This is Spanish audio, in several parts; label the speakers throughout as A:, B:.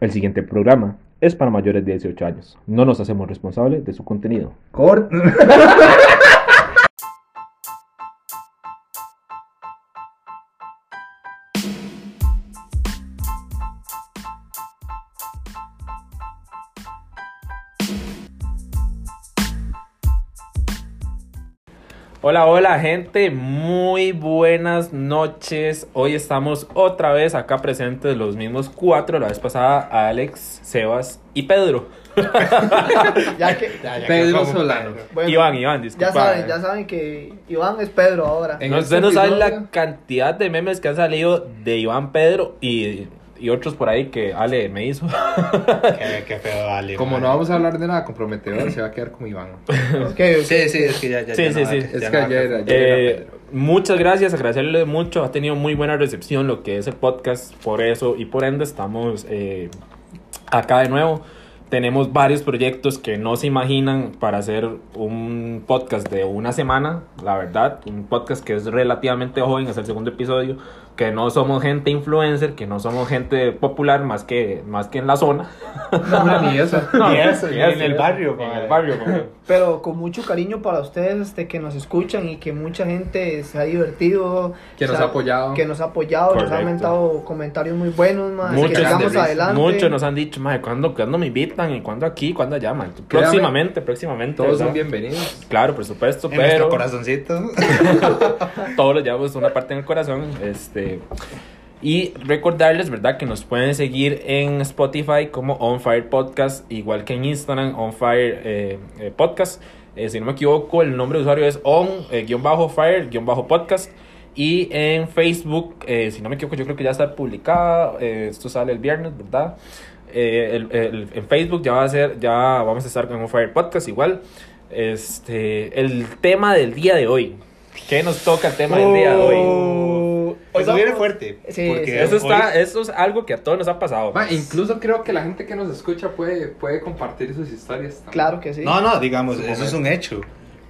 A: El siguiente programa es para mayores de 18 años. No nos hacemos responsables de su contenido.
B: Cor-
C: Hola, hola gente, muy buenas noches. Hoy estamos otra vez acá presentes los mismos cuatro, la vez pasada Alex, Sebas y Pedro.
D: Ya que,
E: Ah,
D: ya, ya
B: Pedro
D: que-
B: Solano.
D: Bueno,
C: Iván, Iván, disculpa.
D: Ya saben, ya saben que Iván es Pedro ahora.
B: En
C: No,
B: este
C: ustedes no saben la
B: episodio-
C: cantidad de memes que han salido de Iván, Pedro y, y otros por ahí que Ale me hizo.
D: Qué, feo,
B: Como no vamos a hablar de nada comprometedor, se va a quedar como Iván.
E: Sí, sí, es que ya, ya.
C: Sí,
E: ya
C: sí,
E: no
C: sí.
E: da- ya
B: Es
E: no
B: que
E: da-
B: ayer, ayer era
C: Eh,
B: Pedro.
C: muchas gracias, agradecerle mucho. Ha tenido muy buena recepción lo que es el podcast, por eso y por ende estamos eh, acá de nuevo. Tenemos varios proyectos que no se imaginan para hacer un podcast de una semana, la verdad. Un podcast que es relativamente joven, es el segundo episodio. Que no somos gente influencer, que no somos gente popular más que, más que en la zona.
B: No, ni eso.
C: No,
D: Y eso,
C: ni
D: y en el barrio,
C: En
D: madre.
C: el barrio, madre.
D: Pero con mucho cariño para ustedes este, que nos escuchan y que mucha gente se ha divertido.
B: Que nos
D: se
B: ha apoyado.
D: Que nos ha apoyado, nos
C: Correcto.
D: han aventado comentarios muy buenos, más.
C: Muchos,
D: que sigamos adelante.
C: muchos nos han dicho, madre, ¿cuándo, ¿cuándo me invitan? ¿Y cuándo aquí? ¿Cuándo allá? mae? Próximamente, próximamente.
B: Todos son
C: ¿verdad?
B: bienvenidos.
C: Claro, por supuesto,
E: En nuestro
C: pero
E: corazoncito.
C: todos los llevamos una parte en el corazón. Este, y recordarles, ¿verdad? Que nos pueden seguir en Spotify como On Fire Podcast, igual que en Instagram, On Fire eh, eh, Podcast. Eh, si no me equivoco, el nombre de usuario es eh, on-fire-podcast. y en Facebook, eh, si no me equivoco, yo creo que ya está publicada. eh, esto sale el viernes, ¿verdad? Eh, el- el- en Facebook ya va a ser, ya vamos a estar con On Fire Podcast igual. Este, el tema del día de hoy. ¿Qué nos toca el tema del día de hoy?
E: Oh,
D: Hoy
E: Eso viene
D: vamos-
E: fuerte.
D: Sí, sí.
C: Eso,
E: hoy-
C: está, eh, eso es algo que a todos nos ha pasado.
B: Ma, incluso creo que la gente que nos escucha puede, puede compartir sus historias también.
D: Claro que sí.
E: No, no, digamos,
B: Su
E: eso es un hecho.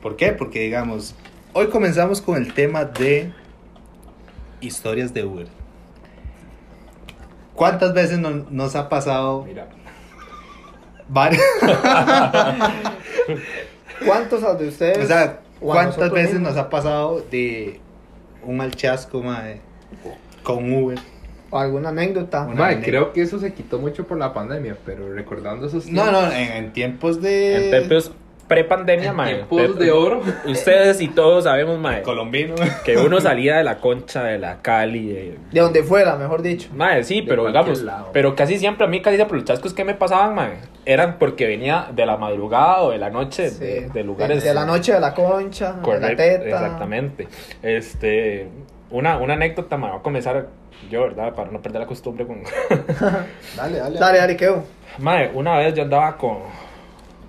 E: ¿Por qué? Porque, digamos, hoy comenzamos con el tema de historias de Uber. ¿Cuántas veces no- nos ha pasado
C: Mira,
E: varias?
D: ¿Cuántos de ustedes?
E: o sea,
D: o a
E: ¿cuántas
D: nosotros
E: veces
D: mismos?
E: nos ha pasado de un mal chasco, mae, con Uber?
D: o alguna anécdota.
E: Una-
B: Ma,
E: Una-
B: creo que eso se quitó mucho por la pandemia, pero recordando esos
E: No, no, en, en tiempos de...
C: en tiempos pre-pandemia,
B: en
C: mae,
B: tiempos
C: pre-
B: de oro.
C: Ustedes y todos sabemos, mae,
E: Colombino.
C: que uno salía de la concha, de la Cali, de...
D: De donde fuera, mejor dicho.
C: Mae, sí,
B: De
C: pero
B: cualquier
C: digamos,
B: lado.
C: pero casi siempre, a mí casi siempre los chascos que me pasaban, mae, eran porque venía de la madrugada o de la noche,
D: Sí.
C: de, de lugares...
D: De, de la noche de la concha, de la
C: Correcto,
D: teta.
C: exactamente. Este, una, una anécdota, me va a comenzar yo, ¿verdad? Para no perder la costumbre con...
E: Dale, dale.
D: Dale, dale, quedo.
C: Madre, una vez yo andaba con,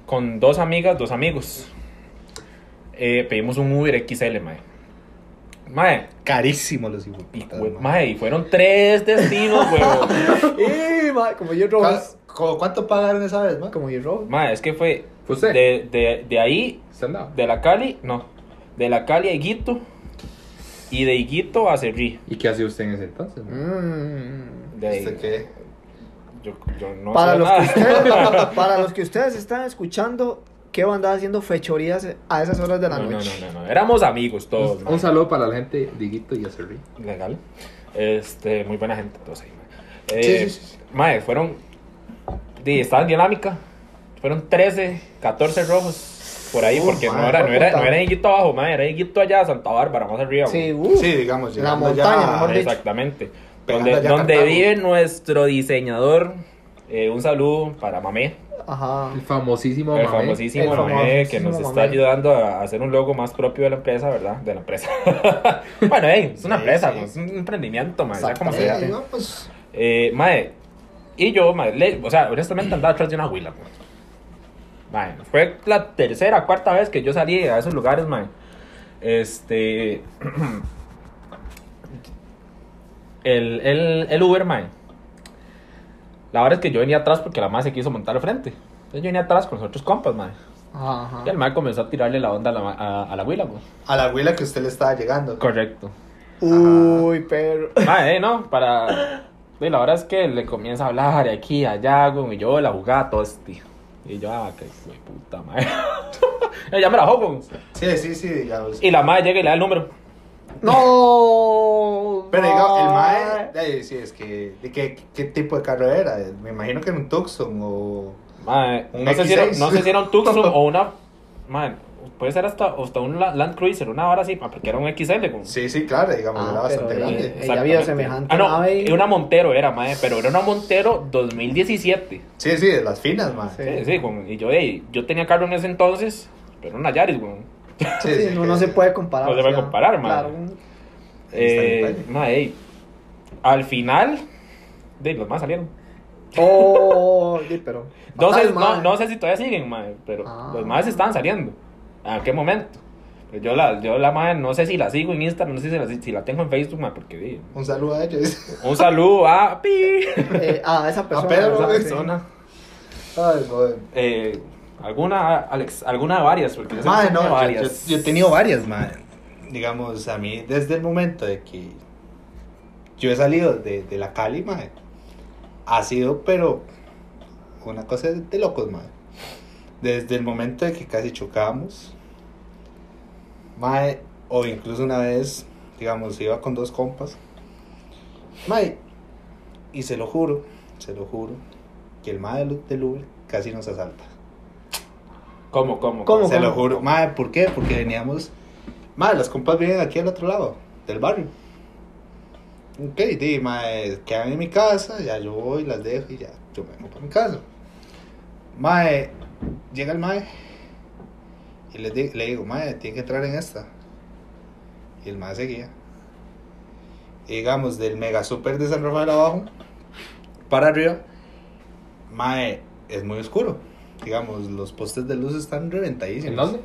C: con dos amigas, dos amigos. Eh, pedimos un Uber XL, madre. Madre,
E: Carísimo los
C: y,
E: hijueputas,
C: hue-
E: mae.
C: madre, y fueron tres destinos, huevón.
D: Eh, ma, como yo robo.
E: ¿Cuá- co- ¿Cuánto pagaron esa vez, mae?
D: Como yo robo.
C: Madre, es que fue
B: ¿Usted?
C: de, de, de ahí,
B: ¿Se andaba?
C: de la Cali, no, de la Cali a Higuito y de Higuito a Cerrí.
B: ¿Y qué hacía usted en ese entonces? ma?
D: Mm.
C: De ahí,
B: ¿Este
E: ¿Usted qué?
C: yo, yo no
D: Para
C: sé
D: los,
C: nada.
D: que ustedes, para los que ustedes están escuchando, Keo andaba haciendo fechorías a esas horas de la
C: No, no,
D: noche.
C: no, no, no, éramos amigos todos.
B: Un,
C: mae.
B: un saludo para la gente Diguito y Acerri.
C: legal. Este, muy buena gente, todos ahí. mae.
E: Sí,
C: Eh,
E: sí, sí, sí.
C: mae, fueron. di, estaba en dinámica. Fueron 13, 14 rojos. Por ahí,
E: Uh,
C: porque
E: mae,
C: no era, no era,
D: puta.
C: no era Higuito abajo, mae, era Higuito allá, Santa Bárbara, más arriba.
D: Sí,
C: güey.
D: uh,
E: Sí, digamos,
D: La
E: llegando
D: montaña,
E: ya-
D: mejor dicho.
C: Exactamente.
E: Pegando
C: Donde,
E: allá a
C: donde
E: Cartago.
C: vive nuestro diseñador. eh, un saludo para Mamé,
D: Ajá.
B: El
E: Oh,
B: famosísimo
C: el
B: Mamé.
C: famosísimo
D: El
C: Mamé, que
D: famosísimo
C: nos está
D: Mamé.
C: ayudando a hacer un logo más propio de la empresa, ¿verdad? De la empresa. bueno, ey, es una
E: Sí,
C: empresa,
E: sí.
C: es un emprendimiento, mae, ya como
E: Eh,
C: sea.
E: no, pues,
C: Eh, mae, y yo, mae, le- o sea, honestamente andaba atrás de una huila, mae. Mae, fue la tercera, cuarta vez que yo salí a esos lugares, mae. Este. El, el, el Uber, mae. La verdad es que yo venía atrás porque la madre se quiso montar al frente. Entonces yo venía atrás con los otros compas, mae.
D: Ajá, ajá.
C: Y el mae comenzó a tirarle la onda a la, ma- a, a la huila, mae.
E: a la abuela que usted le estaba llegando.
C: Correcto.
D: Uy, perro.
C: Mae, eh, no, para. Y la verdad es que le comienza a hablar de aquí, allá, güey, y yo la jugaba tosti. Y yo, ah, que hijo de puta madre. Ella me la juego.
E: Sí, sí, sí, digamos.
C: Y la madre llega y le da el número.
D: No.
E: Pero digamos, el
D: no.
E: mae, ay, sí, es que, de qué, qué tipo de carro era? Me imagino que era un Tucson o...
C: Mae,
E: Un
C: no, sé si era,
E: X6.
C: no sé si era un Tucson o una. Mae, puede ser hasta, hasta un La- Land Cruiser, una hora así, mae, porque era un XL. Como,
E: Sí, sí, claro, digamos, era
D: Ah, pero
E: bastante
D: ella-
E: grande.
D: ella
C: Eh, Exactamente.
D: vio semejante
C: Ah, no,
D: nave y-
C: era una Montero, era, mae, pero era una Montero 2017.
E: Sí, sí, de las finas, mae.
D: Sí.
E: Sí,
C: Sí, sí, güey, y yo, ey, yo tenía carro en ese entonces, pero una Yaris, güey.
E: sí,
D: Sí, no, no
E: que-
D: se puede comparar.
C: No se puede
D: o sea,
C: comparar, man.
D: Claro, un-
E: Ahí está el
C: Eh,
E: detalle.
C: ma, ey, al final, de los más salieron.
D: Oh, sí, pero.
C: No
D: fatal,
C: sé, no,
D: man.
C: no sé si todavía siguen, ma, pero
D: Ah.
C: los más están saliendo. ¿A qué momento? Pero Yo la, yo la madre, no sé si la sigo en Instagram, no sé si la, si la tengo en Facebook, ma, porque di,
E: Un saludo a ellos.
C: un saludo a Pi,
D: Eh, ah, esa persona.
E: Pedro,
C: esa
D: ¿verdad? Sí.
C: persona.
E: Ay, joder.
C: Eh, alguna, Alex, alguna de varias, porque yo sé que
E: Mae,
C: tengo
E: no, yo-
C: varias.
E: Yo, yo he tenido varias, mae. Digamos, a mí, desde el momento de que yo he salido de, de la Cali, mae, ha sido, pero una cosa de, de locos, mae. Desde el momento de que casi chocamos, mae, o incluso una vez, digamos, iba con dos compas, mae, y se lo juro, se lo juro, que el mae del- del Uber casi nos asalta.
C: ¿Cómo, cómo?
D: ¿Cómo?
E: Se lo juro. Madre, ¿por qué? Porque veníamos. Madre, las compas vienen aquí al otro lado del barrio. Ok, di, madre, quedan en mi casa, ya yo voy, las dejo y ya, yo me vengo para mi casa. Madre, llega el madre y le, di- le digo, madre, tiene que entrar en esta. Y el madre seguía. Y digamos, del mega super de San Rafael abajo para arriba, madre, es muy oscuro. Digamos, los postes de luz están reventadísimos.
B: ¿En dónde?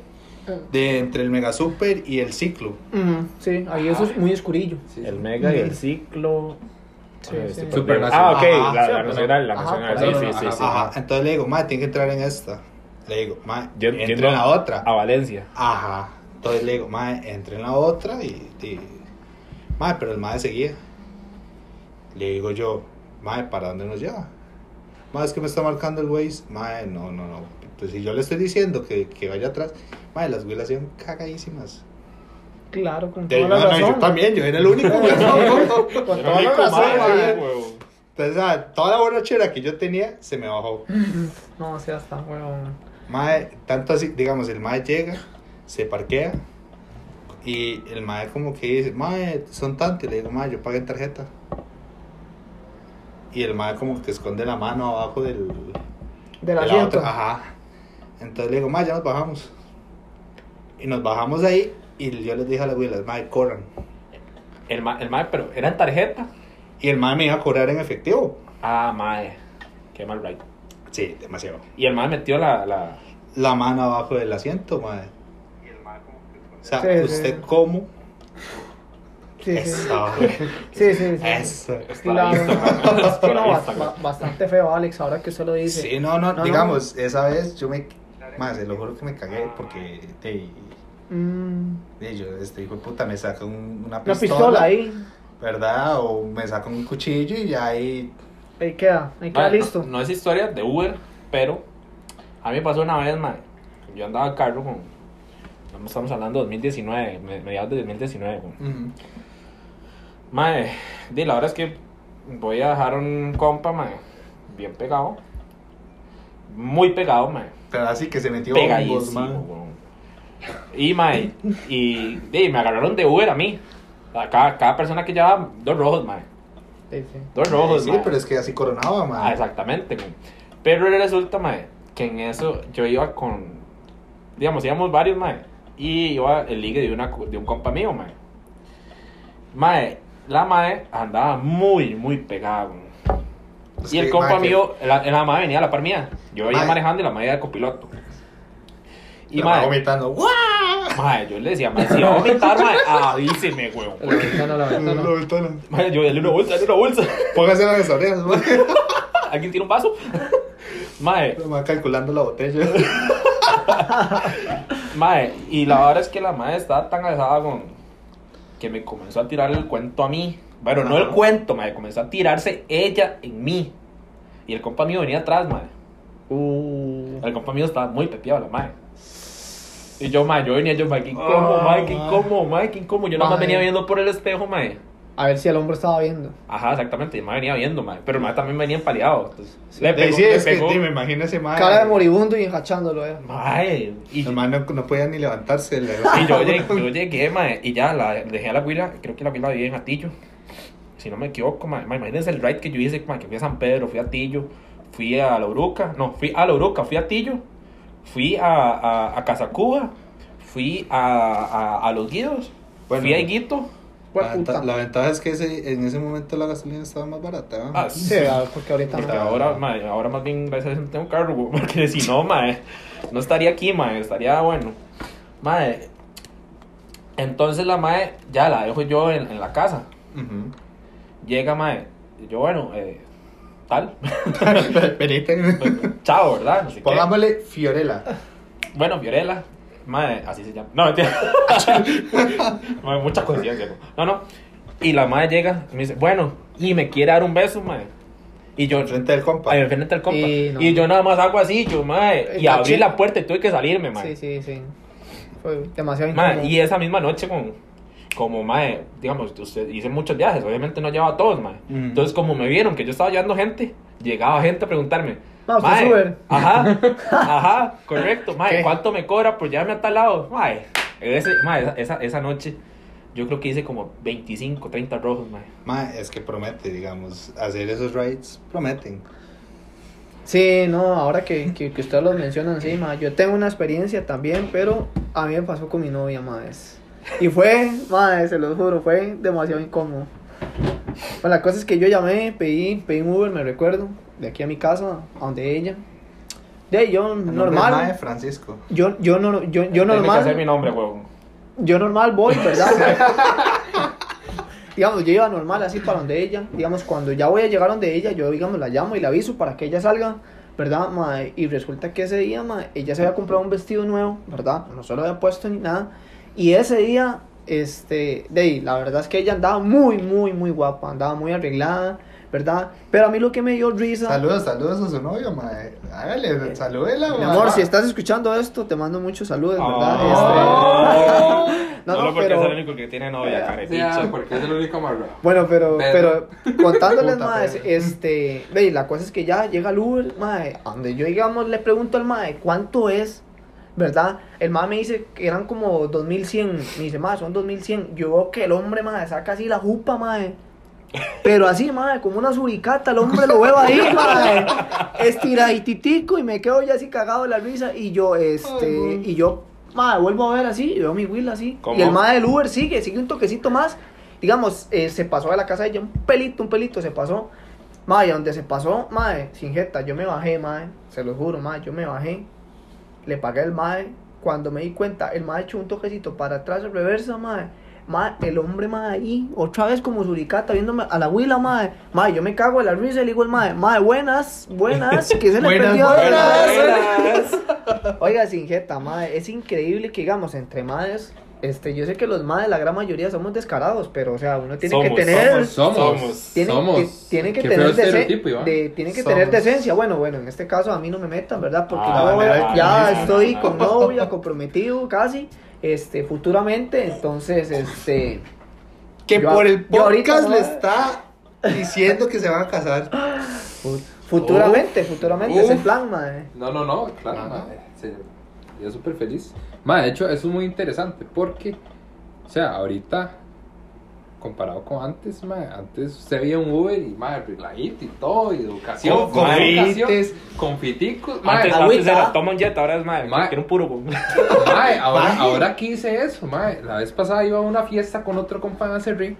E: De entre el Mega Super y el Ciclo.
D: Mm, sí, ahí eso es muy oscurillo.
B: Sí,
C: El
B: sí.
C: mega y el ciclo.
D: Sí,
C: Ah,
D: sí.
C: estoy
B: Supernacional.
C: perdido. Ah, ok,
E: Ajá,
C: la,
B: sí,
C: la
B: pero-
C: nacional, la
D: ajá,
C: nacional.
D: por
C: sí,
B: eso
C: sí,
B: no,
C: sí,
B: ajá,
C: sí.
E: Ajá. Entonces le digo, ma, tiene que entrar en esta. Le digo, ma,
C: Yo
E: entra
C: entiendo
E: en la otra.
C: A Valencia.
E: Ajá. Entonces le digo, ma, entra en la otra y. y- ma, pero el ma seguía. Le digo yo, ma, ¿para dónde nos lleva? Ma, es que me está marcando el Waze. Ma, no, no, no. Pues si yo le estoy diciendo que, que vaya atrás, ma, las güelas son cagadísimas.
D: Claro, con
E: De-
D: toda
E: no,
D: la
E: no,
D: razón.
E: yo también, yo era el único. güey.
D: Con toda la razón,
E: madre,
D: man.
E: Entonces, ah, toda la borrachera que yo tenía se me bajó.
D: No, sea hasta huevón.
E: Mae, tanto así, digamos, el mae llega, se parquea y el mae como que dice, mae, son tantos. Y le digo, mae, yo pagué en tarjeta. Y el mae como que esconde la mano abajo del...
D: Del
E: de la
D: asiento.
E: otra, Ajá. Entonces le digo, mae, ya nos bajamos. Y nos bajamos de ahí y yo les dije a las güelas, mae, corran.
C: El, ma- el mae, pero era en tarjeta.
E: Y el mae me iba a cobrar en efectivo.
C: Ah, mae. Qué mal, right.
E: Sí, demasiado.
C: Y el mae metió la. la...
E: la mano abajo del asiento, madre. O sea,
D: Sí, sí.
E: usted cómo.
D: Sí, sí.
E: Eso, güey.
D: Sí, sí, sí.
E: Eso.
D: Claro. Es que no,
C: Está
D: ba- bastante feo, Alex, ahora que usted lo dice.
E: Sí, no, no,
D: No, no.
E: digamos, esa vez yo me. Más, se lo juro que me cagué porque. De,
D: Mm,
E: de yo, este hijo de puta, me saca un- una
D: una
E: pistola.
D: pistola ahí.
E: ¿Verdad? O me saca un cuchillo y ya ahí.
D: Ahí queda, ahí queda
C: Mae,
D: listo.
C: Ah, No, no es historia de Uber, pero a mí me pasó una vez, mae. Yo andaba en carro con. no, Estamos hablando de 2019, me- mediados de 2019. con- Mae, di, la verdad es que voy a dejar un compa, mae, bien pegado. Muy pegado, mae.
E: Pero así que se metió hongos,
C: pegadísimo,
E: mae.
C: weón. Y, mae, y, y me agarraron de Uber a mí. A cada, cada persona que llevaba dos rojos, mae.
D: Sí, sí.
C: Dos rojos,
E: Sí,
C: mae.
E: pero es que así coronaba,
C: Ah,
E: mae.
C: exactamente, weón. Pero resulta, mae, que en eso yo iba con, digamos, íbamos varios, mae. Y iba el ligue de, una, co- de un compa mío, mae. Mae, la mae andaba muy, muy pegada, weón.
E: Es
C: Y el
E: que,
C: compa
E: mae, que-
C: mío, la, la mae venía a la par mía. Yo iba
E: Mae.
C: manejando y la mae iba de copiloto. Y
E: la mae
C: mae,
E: vomitando. ¡guau!
C: Mae, yo le decía, mae, si va a vomitar, mae, avíseme, weón.
D: La ventana, la
E: La
D: ventana.
E: ventana.
C: Mae, yo dale una bolsa, dale una bolsa.
E: Póngase las orejas, mae.
C: ¿Alguien tiene un vaso? Mae,
E: Va Pues calculando la botella.
C: mae, y la verdad es que la mae estaba tan alzada con que me comenzó a tirar el cuento a mí. Bueno, no
E: Ajá.
C: el cuento, madre. Comenzó a tirarse ella en mí. Y el compa mío venía atrás, madre. El compa mío estaba muy pepeado, la madre. Y yo, madre, yo venía yo, madre, qué incómodo,
E: Ah,
C: madre, qué
E: mae.
C: incómodo, madre, qué incómodo. Yo nada más
D: Mae.
C: venía viendo por el espejo, madre.
D: A ver si el hombre estaba viendo.
C: Ajá, exactamente. Y el mae venía viendo, madre. Pero el mae también venía empaleado. Entonces,
E: Le
C: le pegó,
E: sí,
C: le
E: es que
C: pegó.
E: sí, me imagino ese mae.
D: Cara de moribundo y enjachándolo eh. era.
C: Mae, y,
E: El mae no, no podía ni levantarse. le-
C: y yo, llegué, yo llegué, mae, y ya la dejé a la huila. Creo que la huila vivía en Atillo. Si no me equivoco, mae. Mae, imagínense el ride que yo hice, mae, que fui a San Pedro, fui a Atillo, fui a La Uruca. No, fui a La Uruca, fui a Atillo, fui a, a, a Casacuba, fui a, a, a Los Guidos,
E: Bueno.
C: fui a Higuito.
E: La,
D: Pues
E: venta-
D: puta.
E: Ah, la ventaja es que ese- en ese momento la gasolina estaba más barata. ¿no?
C: Ah,
D: Sí, ¿verdad? porque ahorita
C: Porque
E: Ah.
D: no.
C: ahora, mae, ahora más bien gracias a Dios no tengo carro, güey, porque si no, mae, no estaría aquí, mae, estaría bueno. Mae, entonces la mae ya la dejo yo en, en la casa.
E: Ujú.
C: Llega, mae, y yo, bueno, eh, tal,
E: Venite.
C: chao, ¿verdad? No sé qué.
E: Pongámosle Fiorella.
C: Ah. Bueno, Fiorella, mae, así se llama. No, mentira. Mae, mucha coincidencia, güey. no, no. Y la mae llega y me dice, bueno, y me quiere dar un beso, mae. Y yo,
E: Frente del compa.
C: Ahí enfrente al compa.
D: Y
C: Y,
D: no.
C: yo nada más hago así, yo, madre.
D: El
C: Y abrí
D: cachete.
C: la puerta y tuve que salirme,
D: Sí,
C: madre.
D: sí, sí. Fue demasiado
C: Madre,
D: incómodo.
C: y esa misma noche, con, como, madre, digamos, usted hice muchos viajes, obviamente no llevaba a todos, madre.
E: Ujú.
C: Entonces, como me vieron que yo estaba llevando gente, llegaba gente a preguntarme.
D: Ma, Ah, usted
C: "Mae,
D: es Uber".
C: Ajá, ajá, correcto, madre,
D: ¿Qué?
C: ¿cuánto me cobra por llevarme a tal lado? Madre, ese, mae, esa, esa, esa noche, yo creo que hice como 25, 30 rojos, madre.
E: Ma, es que promete, digamos, hacer esos rides, prometen.
D: Sí, no, ahora que, que, que ustedes lo mencionan, sí, ma, yo tengo una experiencia también, pero a mí me pasó con mi novia, madre. Y fue, madre, se los juro, fue demasiado incómodo. Bueno, la cosa es que yo llamé, pedí, pedí un Uber, me recuerdo, de aquí a mi casa, a donde ella. De ahí yo
E: El nombre del mae,
D: normal,
E: Francisco.
D: yo, yo, no, yo, yo
C: Tiene que hacer mi
D: normal,
C: nombre, huevón.
D: yo normal voy, ¿verdad? digamos, yo iba normal así para donde ella, digamos, cuando ya voy a llegar donde ella, yo, digamos, la llamo y la aviso para que ella salga, ¿verdad, mae? Y resulta que ese día, mae, ella se había comprado un vestido nuevo, ¿verdad? No se lo había puesto ni nada. Y ese día, este, de ahí, la verdad es que ella andaba muy, muy, muy guapa, andaba muy arreglada, ¿verdad? Pero a mí lo que me dio risa...
E: Saludos, saludos a su novio, mae. Hágale, salúdela,
D: Mi
E: mae.
D: amor, si estás escuchando esto, te mando muchos saludos, ¿verdad?
C: Ah.
D: Este, no,
C: Solo
D: no,
C: porque es el
D: pero...
C: único que tiene novia,
B: Ya,
C: carepicha.
B: ah, porque es el único amarrado.
D: Bueno, pero, pero
B: Pedro.
D: contándoles
E: Puta
D: más,
E: Pedro.
D: este, ve, la cosa es que ya llega el Uber, mae, a donde yo digamos le pregunto al mae, ¿cuánto es? ¿Verdad? El mae me dice que eran como 2100, me dice, mae, son 2100. Yo veo que el hombre, mae, saca así la jupa, mae. Pero así, mae, como una suricata, el hombre lo veo ahí, mae. Estiradititico y me quedo ya así cagado de la risa y yo, este,
E: Ay,
D: y yo, mae, vuelvo a ver así, y veo mi Will así. Y
C: ¿Cómo?
D: el mae del Uber sigue, sigue un toquecito más digamos, eh, se pasó de la casa de ella, un pelito, un pelito se pasó. Madre, donde se pasó, madre, sin jeta, yo me bajé, madre, se lo juro, madre, yo me bajé, le pagué el madre. Cuando me di cuenta, el madre echó un toquecito para atrás, reversa, madre. Madre, eh. el hombre, madre, ahí, otra vez como suricata, viéndome a la huila, madre. Madre, yo me cago de la risa y le digo al madre, madre, buenas, buenas, que se le
E: Buenas,
D: perdió.
E: buenas,
D: Oiga, sin jeta, madre, es increíble que digamos entre madres. Este, yo sé que los madres, la gran mayoría, somos descarados, pero o sea, uno tiene que
C: Somos,
D: tener.
B: Somos.
C: Somos.
D: tiene
B: somos.
D: que, tiene que
B: Qué
D: tener,
B: feo
D: dece-
B: estereotipo, Iván.
D: de- tiene que
E: Somos.
D: tener decencia. Bueno, bueno, en este caso a mí no me metan, ¿verdad? Porque
C: Ah,
D: yo
E: ah,
D: ya
E: ah,
D: estoy
C: ah,
D: con
C: ah.
D: novia, comprometido casi, este, futuramente. Entonces, este,
E: Que
D: Yo-
E: por el
D: yo ahorita,
E: podcast le
D: mae.
E: está diciendo que se van a casar.
D: futuramente, futuramente es el
B: Uf.
D: plan, madre.
B: No, no, Ah, no, claro,
E: Ajá.
B: madre, sí, yo súper feliz. Madre, de hecho, eso es muy interesante porque, o sea, ahorita, comparado con antes, madre, antes se veía un Uber y, madre, relajito y todo, y educación,
E: Con-
B: con
C: con
B: educación,
E: fites.
B: con fiticos, madre,
C: Antes, antes
B: agüita.
C: era toma un jet, ahora es madre.
B: Mae.
C: Quiero un puro. güey.
B: Mae, ahora,
E: Mae.
B: ahora que hice eso, mae. La vez pasada iba a una fiesta con otro compa en Acerrí.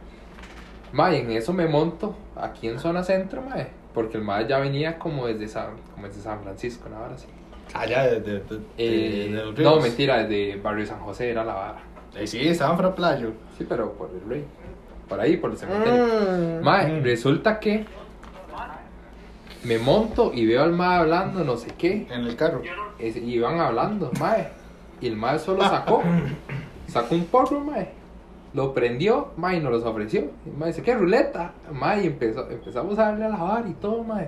B: Mae, en eso me monto aquí en zona centro, mae. Porque el mae ya venía como desde San, como desde San Francisco, una vara así.
E: Allá Ah, de, de, de-
B: Eh,
E: de
B: no,
E: los ríos.
B: mentira, desde Barrio San José era la vara.
E: Eh, sí, estaban fuera playo.
B: Sí, pero por el rey. Por ahí, por el cementerio.
D: Mm.
B: Mae,
E: Mm.
B: resulta que me monto y veo al mae hablando, no sé qué.
E: En el carro.
B: Es- y iban hablando, mae. Y el mae solo sacó. Sacó un porro, mae. Lo prendió, ma, y nos los ofreció. Y, Ma dice, ¿qué ruleta? Ma, y empezó, empezamos a darle a lavar y todo, ma.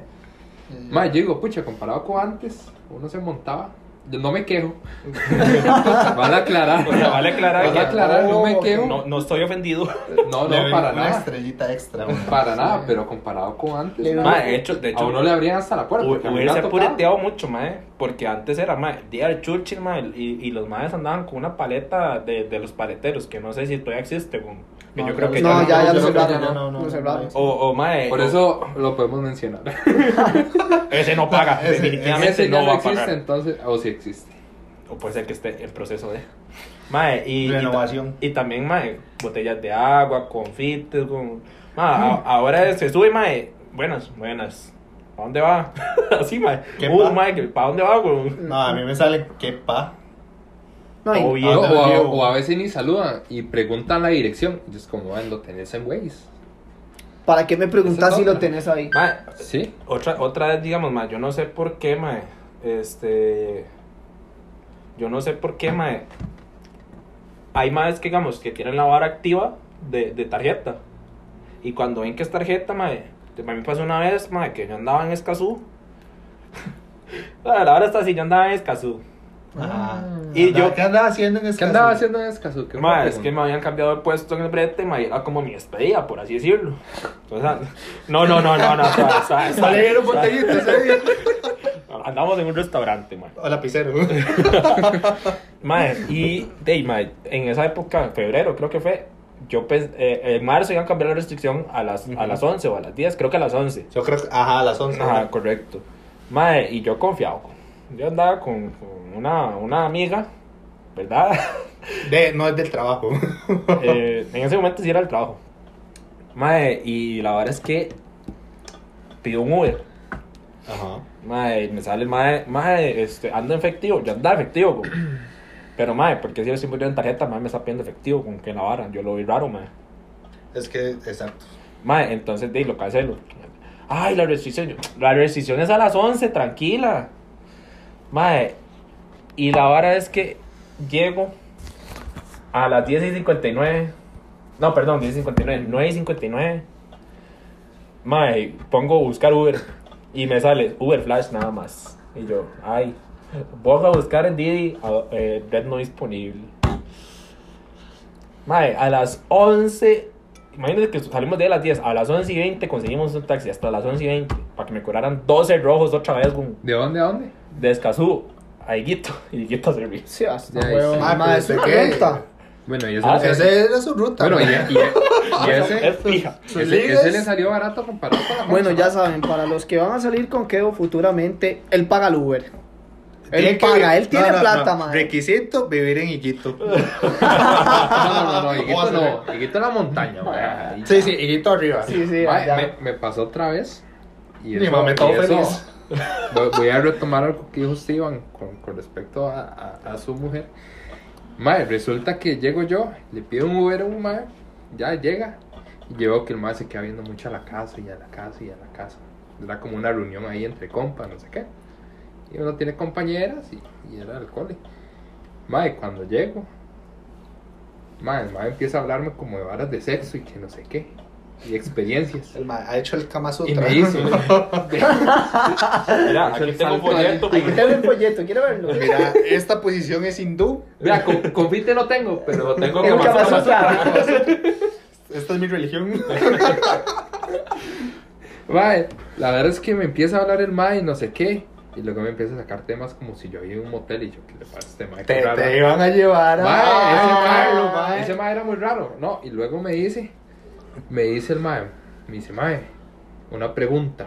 B: Ma, yo digo, pucha, comparado con antes, uno se montaba. Yo no me quejo. vale aclarar.
C: O sea, vale aclarar
B: Vale
C: que-
B: aclarar, no me quejo.
C: No, no estoy ofendido.
B: No, no,
E: Le doy
B: para
E: una
B: nada.
E: estrellita extra. güey.
B: Para nada, pero comparado con antes,
D: Le
B: ma,
C: Ma, de hecho, de
B: a
C: hecho
B: uno le abrían hasta la puerta. porque a mí me ha
C: Hubiese
B: tocado.
C: pureteado mucho, mae. Porque antes era, mae, D.R. Churchill, mae. Y, y los maes andaban con una paleta de, de los paleteros, que no sé si todavía existe. Como, que
E: No,
C: yo creo que
D: no,
C: ya.
D: ya, ya,
E: yo
D: lo
E: creo que
D: cerraron.
E: ya no, no,
D: lo
E: no,
D: cerraron.
E: no.
C: O, o, mae.
B: Por
C: o-
B: eso lo podemos mencionar.
C: Ese no paga.
E: Ese-
C: definitivamente
B: Ese ya
C: no
B: no
C: va a
B: existe,
C: pagar.
B: entonces. O sí existe.
C: O puede ser que esté en proceso de. Mae, y. y ta-
E: Renovación.
C: Y, también, mae, botellas de agua, confites. Con... Mae, a- ahora se sube, mae. Buenas, buenas. ¿A dónde va? Así, mae.
E: ¿Qué
C: Uh,
E: pa?
C: mae, ¿para dónde va, güey?
E: No, a mí me sale qué pa.
D: No, y-
C: O bien.
B: No,
E: te
B: o,
E: lo
B: a,
E: llevo.
B: o a veces ni saludan y preguntan la dirección. Y es como, "Ah, lo tenés en Waze.
D: ¿Para qué me preguntas
B: Esa
D: si
B: es
D: lo
B: otra.
D: tenés ahí?
C: Mae,
B: Sí.
C: Otra, otra vez, digamos, mae, yo no sé por qué, mae. Este. Yo no sé por qué, mae. Hay maes que, digamos, que tienen la vara activa de, de tarjeta. Y cuando ven que es tarjeta, mae. A mí me pasó una vez, mae, que yo andaba en Escazú. la hora está así, yo andaba en Escazú.
E: Ah, ¿Y
C: Y
E: yo
C: yo-
E: qué andaba haciendo en
B: ¿Qué
E: Escazú?
B: andaba haciendo en Escazú? Qué buena
C: Mae, es que
B: pregunta.
C: me habían cambiado de puesto en el brete, mae, era como mi despedida, por así decirlo. Entonces, no, no, no, no, no, suave, suave,
E: No
C: suave,
E: le dieron
C: suave.
E: botellita ese día.
C: Andamos en un restaurante, mae.
E: O lapicero.
C: Mae, y dey, mae, en esa época, en febrero creo que fue, yo pens- eh, en marzo iban a cambiar la restricción a las, a las 11 o a las 10, creo que a las 11.
E: Yo creo que, ajá, a las 11.
C: Ajá, correcto. Mae, y yo confiado. Yo andaba con, con una, una amiga, ¿verdad?
E: De, no es del trabajo.
C: Eh, en ese momento sí era el trabajo. Mae, y la verdad es que pidió un Uber.
E: Ajá.
C: Mae, me sale el mae, mae, este, ando en efectivo, yo andaba en efectivo, güey. Pero mae, porque si yo siempre en tarjeta, mae me está pidiendo efectivo, con que en la vara, yo lo vi raro, mae.
E: Es que, exacto.
C: Mae, entonces di, lo cancelo. Ay, la restricción, yo, la restricción es a las 11, tranquila. Mae, y la vara es que llego a las 10 y 59. No, perdón, 10 y 59, 9 y 59. Mae, pongo buscar Uber y me sale Uber Flash nada más. Y yo, ay, voy a buscar en Didi, a- eh, red no disponible. Mae, a las 11, imagínense que salimos de las 10, a las 11 y 20 conseguimos un taxi hasta las 11 y 20 para que me cobraran 12 rojos otra vez, güey,
B: ¿De dónde a dónde?
C: de Escazú a Higuito, y Higuito serví.
D: Sí, hasta
B: Ya,
D: huevo.
B: sí.
E: Ah,
D: Ma,
E: pero
D: es
E: ¿de
D: una
E: qué?
D: renta.
B: Bueno, y ese,
C: Ah,
B: no se-
E: Esa era su ruta.
B: Bueno, y,
E: güey.
B: y- y
C: Es
B: Ah, ese, Pues,
C: fija.
E: Sus
B: ese,
E: ligas.
B: ese le salió barato comparado con la
D: Bueno,
B: Monza.
D: ya saben, para los que van a salir con Kevo futuramente, él paga el Uber.
E: Tiene
D: Él
E: que
D: paga,
E: vi-
D: él tiene
E: No, no,
D: plata,
E: no.
D: madre.
E: Requisito: vivir en Higuito.
B: No, no, no, no,
E: ¿Cómo
B: Higuito
E: hace,
B: no. Higuito en la montaña, ma. Ahí
E: sí, sí, Higuito arriba.
D: Sí, sí,
B: Ma,
D: allá.
B: me, me pasó otra vez. Y
E: Mi mamá me todo
B: y eso-
E: feliz.
B: Voy, voy a retomar algo que dijo Steven con, con respecto a, a- a su mujer. Mae, resulta que llego yo, le pido un Uber a un mae, ya llega. Y llevo que el mae se queda viendo mucho a la casa y a la casa y a la casa. Era como una reunión ahí entre compas, no sé qué. Y uno tiene compañeras y, y era el cole. Mae, cuando llego, mae, el mae empieza a hablarme como de varas de sexo y que no sé qué. Y experiencias.
E: El ma- ha hecho el Kama
B: Y
E: Sutra.
B: me hizo.
C: Mira,
B: Hizo
C: aquí
B: el
C: tengo un
B: salto ahí.
C: folleto. pues.
D: Aquí tengo el folleto, ¿quiere verlo?
E: Mira, esta posición es hindú.
B: Mira, con, confite no tengo, pero tengo
D: Tengo
B: Kama
D: Kama
B: Sutra.
D: Sutra.
E: Esta es mi religión.
B: Mae, la verdad es que me empieza a hablar el mae y no sé qué. Y luego me empieza a sacar temas como si yo había en un motel y yo, ¿qué le pasa a este mae? Qué
E: Te,
B: raro.
E: te iban a llevar a.
B: Mae, ese mae-
E: mae.
B: ese mae era muy raro. No, y luego me dice, me dice el mae, me dice, mae, una pregunta.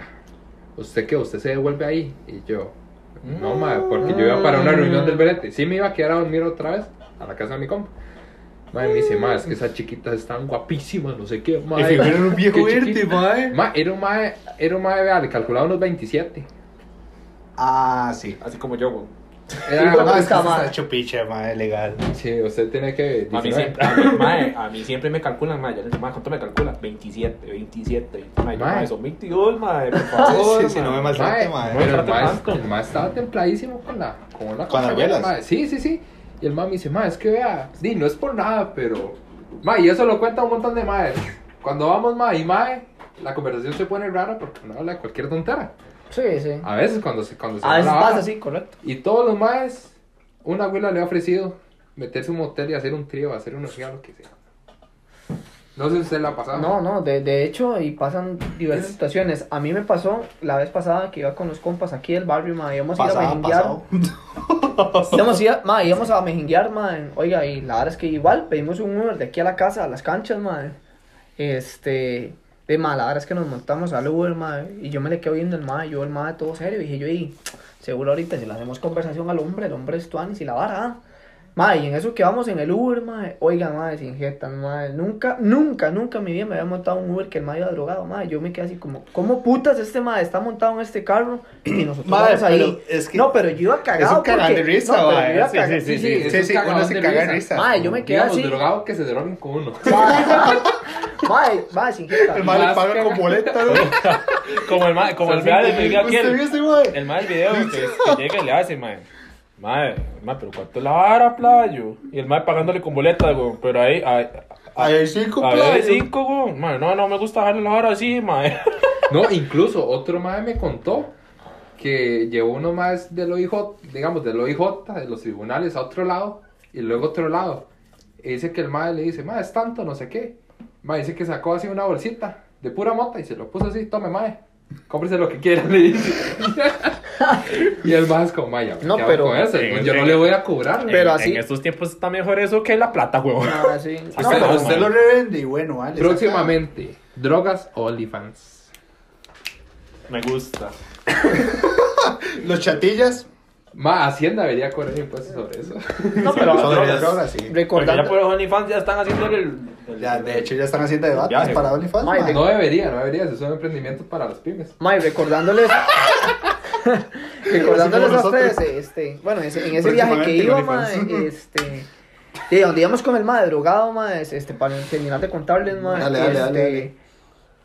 B: ¿Usted qué? ¿Usted se devuelve ahí? Y yo, no, mae, porque yo iba para una reunión del verete. Sí me iba a quedar a dormir otra vez a la casa de mi compa. Mae, me dice, mae, es que esas chiquitas están guapísimas, no sé qué, mae.
E: Y figura un viejo
B: Qué
E: verde,
B: chiquita.
E: mae.
B: Ma, era un mae, era un mae, vea, le calculaba unos 27.
E: Ah, sí.
C: Así como yo, güey.
B: Era,
D: Hijo de
E: Ah,
D: puta,
E: es que
D: mae.
E: está hecho picha, mae, legal.
B: sí, usted tiene que...
C: A mí,
B: 19.
C: siempre, a, mí, mae, a mí siempre me calculan, mae. Yo les digo, mae, ¿cuánto me calculan? 27, 27, 20, mae. Yo,
B: Mae.
C: mae, son 22, mae, por
E: Sí,
C: favor.
E: sí, sí, no me
C: mae.
E: maltrate,
B: Ma,
E: mae.
B: pero el
C: Trate
B: mae-
C: tanto.
B: el mae estaba templadísimo con la... Con, una
E: Con las
B: compañera,
E: velas.
B: ma. Sí, sí, sí. Y el mae me dice, mae, es que vea, di, no es por nada, pero... Ma, y eso lo cuenta un montón de madres. Cuando vamos, ma, y mae, la conversación se pone rara porque uno habla de cualquier tontera.
D: Sí, sí.
B: A veces cuando se cuando se
D: A veces
B: va la vara.
D: pasa, sí, correcto.
B: Y todos los maes, una abuela le ha ofrecido meterse a un motel y hacer un trío, hacer una orgía, lo que sea. No sé si usted la ha pasado.
D: No, no, de, de hecho, y pasan diversas
B: Es-
D: situaciones. A mí me pasó la vez pasada que iba con los compas aquí del barrio, ma, íbamos a ir a
E: Pasado,
D: merenguear.
E: pasado.
D: Íbamos, a ir a- ma, íbamos a mejinguear, ma. Oiga, y la verdad es que igual pedimos un Uber de aquí a la casa, a las canchas, ma. Este. De ma, la verdad es que nos montamos al Uber, ma. Y yo me le quedo viendo el ma. Yo, el ma, todo serio. Y dije yo, y seguro ahorita si le hacemos conversación al hombre, el hombre es tuanis y la vara. ah". Ma, y en eso que vamos en el Uber, ma. Oiga, ma, sin jeta, ma. Nunca, nunca, nunca en mi vida me había montado un Uber que el ma iba drogado, ma. Yo me quedé así como, ¿cómo putas este ma está montado en este carro? Y nosotros
E: Ma,
D: vamos ahí.
E: pero es que-
D: No, pero yo iba cagado.
E: Es un cagán
D: porque-
E: de risa,
D: no, pero
E: mae.
D: yo iba
E: Sí,
D: cagado-
E: sí,
B: Sí, sí,
E: sí,
B: es un
E: sí,
B: cagón
E: uno
B: de
E: se caga
B: risa.
E: de risa.
D: Mae, yo me quedé
B: Digamos,
D: así.
B: drogado que se droguen con uno.
D: Mae, mae, sin jeta.
E: El mal
B: Más
E: le paga
B: cagado.
E: con boleta, ¿no?
C: Como el ma- como el
E: ¿Usted
C: real del video
E: vio
C: aquel.
E: ese, mae?
C: El mal del video que, que llega y le hace, mae. Mae, mae, pero ¿cuánto es la vara, playo? Y el mal pagándole con boleta, güey. Pero ahí, ahí-
E: A ver, cinco,
C: a
E: playo.
C: ver, cinco, güey. Mae, no, no me gusta darle la vara así, mae.
B: No, incluso otro mae me contó que llevó uno más del OIJ, digamos, del OIJ, de los tribunales a otro lado y luego a otro lado. Y dice que el mae le dice, mae, es tanto, no sé qué. Mae dice que sacó así una bolsita de pura mota y se lo puso así, tome mae, cómprese lo que quiera, le dice. y el mae es como, mae, ya,
D: No,
B: ¿qué hago
D: pero-
B: con eso?
C: en-
B: yo no le voy a cobrar.
D: Pero
C: En-
D: así-
C: En estos tiempos está mejor eso que la plata, güey.
D: Ah, sí. No,
E: Pero
C: Mae.
D: pero-
E: usted lo revende y bueno, vale.
B: Próximamente, drogas OnlyFans.
C: Me gusta.
E: saca. Los chatillas.
B: Ma, Hacienda debería cobrar impuestos sobre eso.
D: no, pero
E: Son
C: drogas.
E: de drogas, sí.
C: Porque ya
D: recordando.
C: por OnlyFans ya están haciendo el. el-
E: Ya, de hecho, ya están haciendo debates
C: Viaje.
E: para OnlyFans.
D: Mae,
E: mae.
B: No debería, no debería, eso es un emprendimiento para los pymes.
D: Mae, recordándoles.
E: Así
D: recordándoles
E: como
D: a ustedes,
E: nosotros.
D: este, bueno, ese- en ese viaje que
E: Próximamente,
D: iba, mae,
E: OnlyFans.
D: este. De donde íbamos con el mae drogado, mae, este, para terminar de contarles, mae.
E: Dale, dale,
D: este,
E: dale, dale.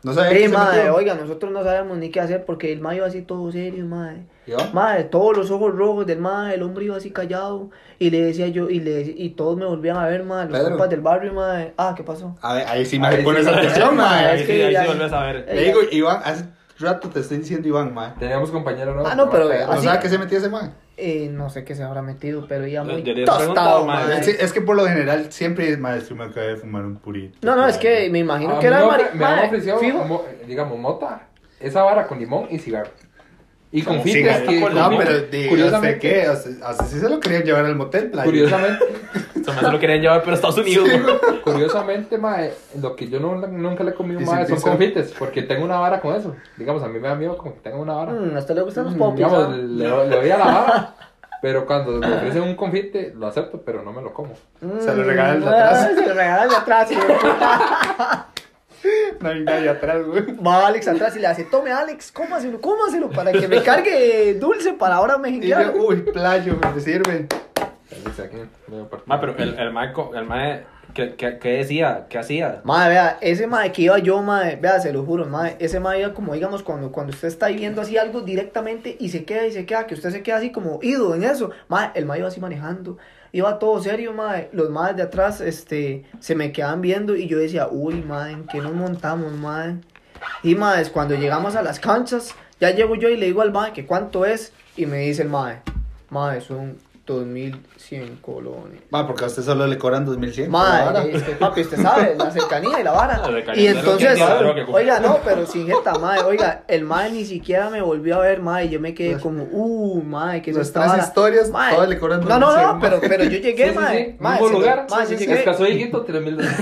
E: No sabía
D: Sí,
E: que se
D: mae,
E: metió.
D: oiga, nosotros no sabíamos ni qué hacer porque el mae iba así todo serio, mae.
E: ¿Yo?
D: Madre, todos los ojos rojos del madre, el hombre iba así callado. Y le decía yo, y, le, decía- y todos me volvían a ver, madre, los
E: Pedro.
D: compas del barrio, madre. Ah, ¿qué pasó?
E: A ver, ahí sí
B: Ahí
E: me
B: sí,
E: pones
B: mae.
E: atención,
D: Mae,
C: Ahí
E: mae.
D: es
C: sí,
D: que
C: ahí
D: ya-
C: sí volvés a ver.
E: Le digo, Iván, hace rato te estoy diciendo Iván, mae.
B: Teníamos compañero nuevo.
D: Ah, no, pero-
E: ¿No
D: Así-
E: sabes qué se metía ese mae?
D: Eh, no sé qué se habrá metido, pero iba muy
C: Yo le he
D: tostado,
C: preguntado,
D: madre.
C: madre.
E: Sí, es que por lo general siempre es maestro, me acabé de fumar un purito.
D: No, no, es que me imagino
B: A
D: que
B: mí
D: era
B: me
D: mari-
B: ofre- Me han
D: madre,
B: ofrecido,
D: fijo.
B: mo- digamos, mota, esa vara con limón y cigarro. Y con
E: Como
B: fitas
E: siga-
B: que...
E: No,
B: con-
E: pero digo, sé
B: curiosamente,
E: qué, o sea, así se lo querían llevar al motel, playa.
B: curiosamente,
C: Eso me lo querían llevar, pero a Estados Unidos. güey.
B: curiosamente, mae, lo que yo no- nunca le he comido,
E: Y
B: mae, son
E: sin pizza.
B: confites, porque tengo una vara con eso. Digamos, a mí me da miedo con que tenga una vara.
D: Mm, a usted le gustan los popis.
B: Digamos,
D: ¿ah?
B: le, le doy a la vara, pero cuando me ofrecen un confite, lo acepto, pero no me lo como.
E: se lo regalan
D: Mm,
E: de atrás.
D: Se lo regalan de atrás. hijo de puta.
E: No hay nadie atrás, güey.
D: Va Alex atrás y le hace, tome Alex, cómaselo, cómaselo, para que me cargue dulce para ahora
E: Y yo,
D: mexicana.
E: uy, playo, me sirve.
B: Dice aquí, medio partido.
C: Ma, pero el, el mae, co- el mae, ¿qué, qué, qué decía? ¿Qué hacía?
D: Madre, vea, ese madre que iba yo, madre, vea, se lo juro, madre, ese madre iba como, digamos, cuando, cuando usted está viendo así algo directamente y se queda y se queda, que usted se queda así como ido en eso, madre, el madre iba así manejando, iba todo serio, madre, los madres de atrás, este, se me quedaban viendo y yo decía, uy, madre, ¿en qué nos montamos, madre? Y, madre, es cuando llegamos a las canchas, ya llego yo y le digo al madre que cuánto es y me dice el madre, madre, son 2100 colones.
E: Va, porque a usted solo le cobran 2100. por la
D: Madre,
E: vara.
D: es que papi, usted sabe, la cercanía y la vara.
C: La cercanía
D: Y
C: es lo que
D: entonces,
C: tiene la droga, compa.
D: oiga, no, pero sin jeta, madre, oiga, el madre ni siquiera me volvió a ver, madre, yo me quedé como, uh, madre, que es
E: Las
D: esta
E: tres
D: vara?
E: historias,
D: Mae,
E: todas le cobran
D: No, no, no,
E: 2.100,
D: pero, pero yo
B: Sí,
D: llegué,
B: sí, sí,
D: madre,
B: un
D: madre,
B: buen
D: sí,
B: lugar.
D: madre, sí
B: Sí, sí,
D: llegué.
B: Casó Dieguito, 3000 dólares.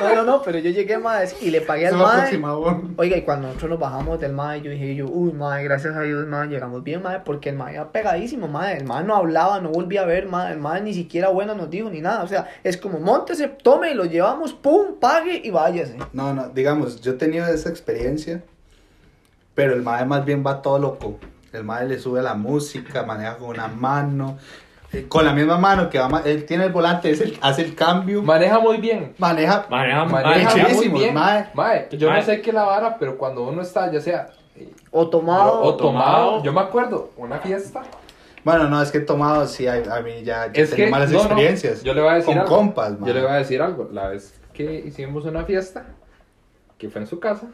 D: No, no, no, pero yo llegué, madre, y le pagué
E: Se
D: al
E: va
D: madre.
E: próxima, güey.
D: Oiga, y cuando nosotros nos bajamos del mae, yo dije yo, uy, mae, gracias a Dios, mae, llegamos bien, mae, porque el mae iba pegadísimo, mae, el mae no hablaba, no volvía a ver, mae, el mae ni siquiera bueno nos dijo ni nada, o sea, es como, montese, tome, lo llevamos, pum, pague y váyase.
E: No, no, digamos, yo he tenido esa experiencia, pero el mae más bien va todo loco. El mae le sube la música, maneja con una mano, eh, con la misma mano que va, ma- él tiene el volante, es el- hace el cambio,
B: Maneja muy bien.
E: maneja,
B: Ah,
C: Maneja,
B: Maneja
E: mae,
B: muy
E: chidísimo,
B: bien.
E: mae.
B: Mae, yo
C: Mae.
B: no sé qué la vara, pero cuando uno está, ya sea eh,
D: O tomado,
B: o tomado,
C: tomado.
B: yo me acuerdo, una fiesta.
E: Bueno, no, es que he tomado, sí, a, a mí ya, ya
B: Es
E: tenía
B: que
E: malas
B: no, no,
E: experiencias.
B: yo le voy a decir
E: Con
B: algo.
E: compas, mae.
B: Yo le voy a decir algo. La vez que hicimos una fiesta que fue en su casa.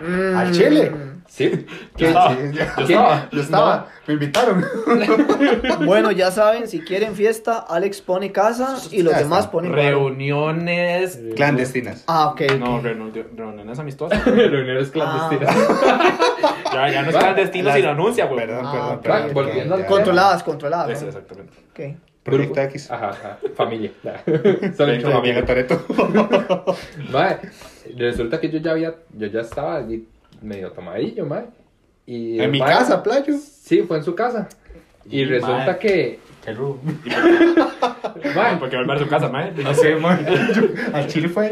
D: mm,
E: ¿Al chile?
B: Sí.
E: Yo
B: que-
E: estaba,
B: que-
E: yo estaba, yo estaba, me invitaron.
D: Bueno, ya saben, si quieren fiesta, Alex pone casa y los
E: Ya
D: demás
E: está.
D: ponen. bar.
C: Reuniones.
E: Clandestinas.
D: Ah, ok. ok.
C: No, reunión- reuniones amistosas.
B: Reuniones clandestinas.
E: Ah.
C: ya, ya no es
B: Va,
C: clandestino
E: las-
C: si lo anuncia, güey.
E: Perdón,
D: Ah,
E: perdón,
D: ok,
E: perdón.
B: ok.
E: ya,
B: Volviendo al
E: ya.
D: Controladas, controladas.
C: Eso,
D: ¿no?
C: exactamente.
D: Ok.
E: Proyecto
B: Grupo.
E: X.
B: Ajá, ajá. Familia. Ah, Solo
E: Proyecto
B: entre
E: de
B: familia.
E: Miguel Toretto.
B: Mae, resulta que yo ya había, yo ya estaba allí medio tomadillo, mae. Y
E: En mi
B: mae-
E: casa, pues? playo.
B: Sí, fue en su casa. Y
C: Mae.
B: resulta que,
C: Qué rudo.
B: mae,
C: Porque volver a su casa, mae. No sé,
E: Al chile fue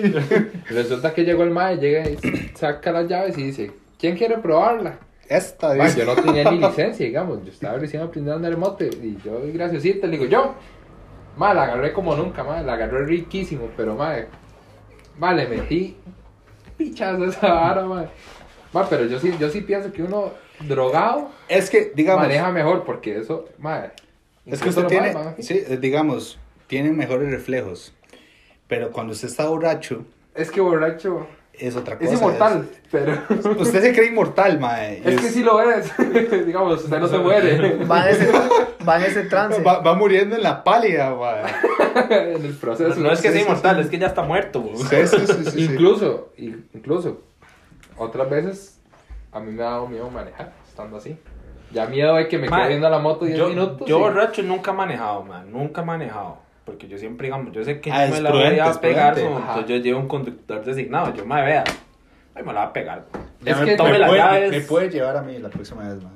B: resulta que llegó el mae, llega y saca las llaves y dice, ¿quién quiere probarla?
E: Esta,
B: Mae,
E: Ah, dice.
B: yo no tenía ni licencia, digamos, yo estaba recién aprendiendo a andar en moto y yo, graciosita, le digo, yo, mae, la agarré como nunca, mae, la agarré riquísimo, pero mae, mae, le metí pichas a esa vara, mae. Mae, pero yo sí, yo sí pienso que uno drogado
E: Es que, digamos,
B: maneja mejor porque eso, mae.
E: es
B: incluso
E: que usted
B: lo
E: tiene,
B: mae, mae.
E: sí, eh, digamos, tiene mejores reflejos. Pero cuando usted está borracho,
B: Es que borracho
E: es otra cosa.
B: es inmortal, pero
E: Usted se cree inmortal, mae.
B: es que sí lo es. Digamos, usted no se muere
D: Va en ese, va en ese trance.
E: Va, va muriendo en la pálida, mae.
B: en el proceso.
C: No es que sea inmortal, es que ya está muerto, güey.
E: Sí, sí, sí, sí, sí.
B: Incluso, i- incluso, otras veces a mí me ha dado miedo manejar estando así. Ya miedo de que me
C: Mae,
B: quede viendo la moto 10
C: Yo,
B: minutos.
C: yo
B: y-
C: borracho nunca he manejado, man. Nunca he manejado. Porque yo siempre, digamos, yo sé que
E: Ah,
C: yo
E: es
C: me la voy
E: prudente, es
C: a pegar.
E: prudente.
C: ¿no?
B: Ajá.
C: Entonces yo llevo un conductor designado. Yo me vea. Ay, me la va a pegar.
B: Ya
C: Es
B: me-
C: que
B: me
C: tome
E: me,
C: las
E: puede,
C: llaves.
E: me puede llevar a mí la próxima vez, mae.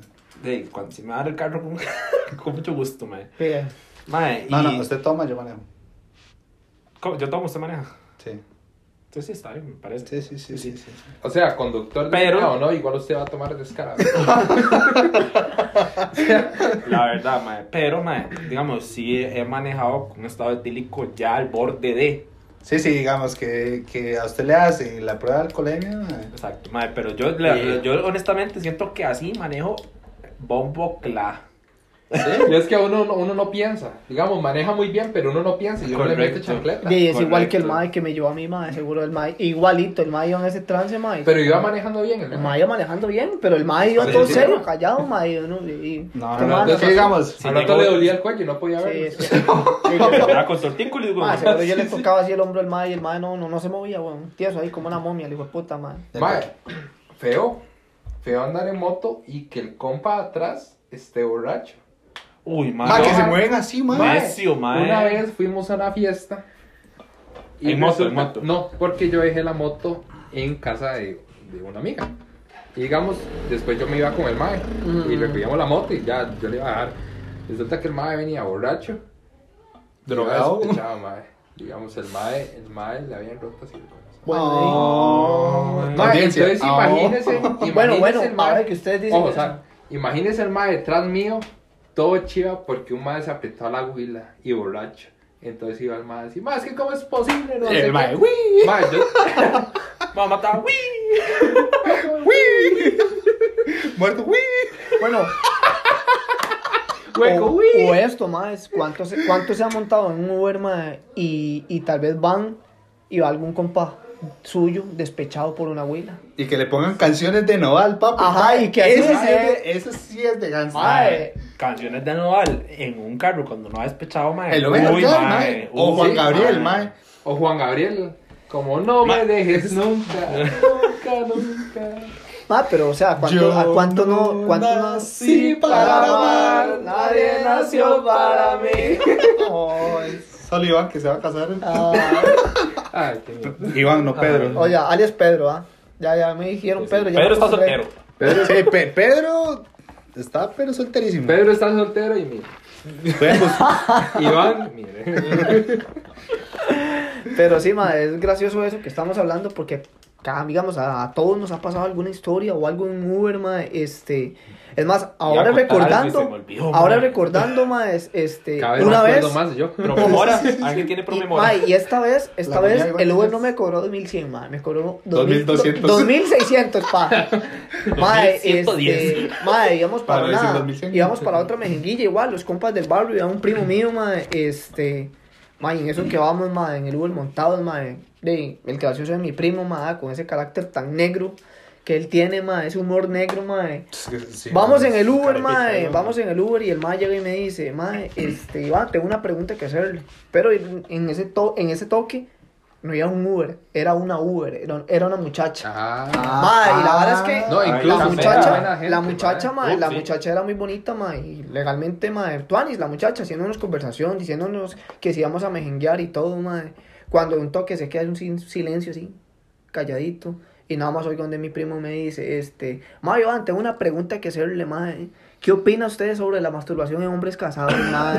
C: Ey, cuando, si me va a dar el carro, con, con mucho gusto, man.
D: Sí.
C: Mae,
E: No,
C: y-
E: no, usted toma, yo manejo.
C: ¿Cómo? Yo tomo, usted maneja.
E: Sí.
C: Entonces sí está bien, me parece.
E: Sí, sí, sí, sí. sí.
B: O sea, conductor de
C: Pero-
B: no, no, igual usted va a tomar descarado.
C: La verdad, mae. Pero, mae, digamos, sí he manejado con un estado etílico ya al borde de.
E: Sí, sí, digamos que, que a usted le hace la prueba de alcoholemia. mae.
C: Exacto, mae. Pero yo, la-
B: Sí.
C: yo honestamente siento que así manejo bombo cla.
B: Y es que uno, no- uno no piensa. Digamos, maneja muy bien, pero uno no piensa. Y uno le mete
C: Correcto.
B: chancleta.
D: Y es igual
C: Correcto.
D: que el mae que me llevó a mí, mae, seguro el mae. Igualito, el mae iba en ese trance, mae.
B: Pero iba manejando bien,
D: El
B: el
D: mae iba manejando bien, pero el mae iba
E: Parece
D: todo
E: que
D: serio,
E: no.
D: callado, mae. y uno- y-
E: No,
D: Este
E: no, no.
D: mae
E: Es que digamos,
C: Sí,
B: Al rato
C: llegó-
B: le dolía el cuello y no podía
D: Sí,
B: ver.
D: es que- sí, yo-
C: Era con tortícolis, güey.
D: Mae, seguro yo le tocaba así el hombro al mae y el mae no, no, no se movía, weón. Tieso ahí como una momia, le dijo puta, mae.
B: Mae, feo. Feo andar en moto y que el compa atrás esté borracho.
C: Uy,
E: Ma,
C: mae.
E: que
B: no.
E: se mueven así, mae.
C: Mae. Necio, mae.
B: Una vez fuimos a una fiesta.
C: En moto,
B: resulta-
C: en moto.
B: No, porque yo dejé la moto en casa de, de una amiga. Y digamos, después yo me iba con el mae y
D: Mm.
B: le pillamos la moto y ya yo le iba a dar. Resulta que el mae venía borracho.
E: Drogado.
B: Iba despechado, mae. Digamos, el mae, el mae le habían roto así el corazón.
D: Bueno,
E: Oh,
B: Mae,
E: audiencia.
B: entonces
E: Oh.
B: imagínense, imagínense
D: Bueno, bueno,
B: Ah, el
D: ahora
B: mae-
D: que ustedes dicen
B: Ojo, o
D: eso.
B: sea, imagínense el mae detrás mío, todo chiva, porque un mae se apretó a la huila y borracho. Entonces iba el mae así, mae, es que cómo es posible, no sé
E: El
B: qué".
E: mae, "Uy".
B: Mae, yo,
C: Vamos a matar. ¡Uy!
E: Muerto, uy.
D: Bueno,
B: hueco,
D: o,
B: "Uy".
D: o esto, más, ¿cuánto se, cuánto se ha montado en un Uber, mae? Y, y tal vez van y va algún compa suyo despechado por una abuela.
E: Y que le pongan canciones de Noval, papá.
D: Ajá, y que así
E: eso, sí
D: se-
E: es de, eso sí es de Guns
D: Mae,
C: Canciones de Nodal en un carro cuando no ha despechado, mae.
E: El Obed
C: Uy,
E: Alcalde, mae. O
C: Uy,
E: Juan
C: sí,
E: Gabriel, mae.
B: O Juan Gabriel, como no
C: Mae.
B: me dejes nunca, nunca, nunca.
D: mae, Ah, pero o sea, ¿cuánto,
E: Yo
D: ¿a cuánto no?
E: no
D: ¿Cuánto no?
E: nací para amar,
D: nadie nació para mí.
E: Ay, Solo Iván que se va a casar.
D: Ah,
B: Ay, qué miedo.
E: Iván, no Pedro.
D: oye, alias Pedro, ¿ah? Ya, ya me dijeron Pedro. ya
C: Pedro
D: me
C: está
D: acostumbré.
C: soltero.
E: Sí, Pe- Pedro está pero solterísimo.
B: Pedro está soltero y mire.
E: Pueden bus-
B: Iván, mire.
D: Pero sí, madre, es gracioso eso que estamos hablando porque, ca- digamos, a, a todos nos ha pasado alguna historia o algo en Uber, madre, este... Es más, ahora
C: contar algo y
D: recordando,
C: se me olvidó,
D: ahora
C: madre.
D: recordando, madre, es- este,
B: Cada vez
D: una
B: me
D: vez...
B: acuerdo más yo.
C: Promemora. Alguien tiene
D: Y,
C: promemora.
D: mae, y esta vez, esta
E: La
D: vez,
E: mañana igual
D: el
E: que
D: Uber
E: es.
D: no me cobró 2100, madre, me cobró
E: 2200.
D: 2600, pa. Mae, este,
C: 2110.
D: mae, íbamos para,
E: Para decir
D: una-
E: 2100.
D: íbamos para otra mejenguilla igual, los compas del barrio, y a un primo mío, mae, este, Ma, y en eso que vamos, ma, en el Uber montado, ma, de, el gracioso de mi primo, ma, con ese carácter tan negro que él tiene, ma, ese humor negro, ma.
E: pues,
D: vamos en el Uber, ma, vamos en el Uber y el ma llega y me dice, ma, este, Iván, tengo una pregunta que hacerle. Pero en en ese, to en ese toque no era un Uber, era una Uber, era, era una muchacha.
B: Ah.
D: Ma, y la verdad es que...
B: No, incluso
D: La
B: Buena
D: muchacha,
B: gente,
D: la muchacha,
C: mae.
D: mae,
C: Uh,
D: la
C: sí.
D: muchacha era muy bonita, mae, y legalmente, mae, tuanis, la muchacha, haciéndonos conversación, diciéndonos que si íbamos a mejenguear y todo, mae, cuando de un toque se queda un sin- silencio así, calladito, y nada más oigo donde mi primo me dice, este, mae, Iván, tengo una pregunta que hacerle, mae, ¿qué opina usted sobre la masturbación en hombres casados, mae?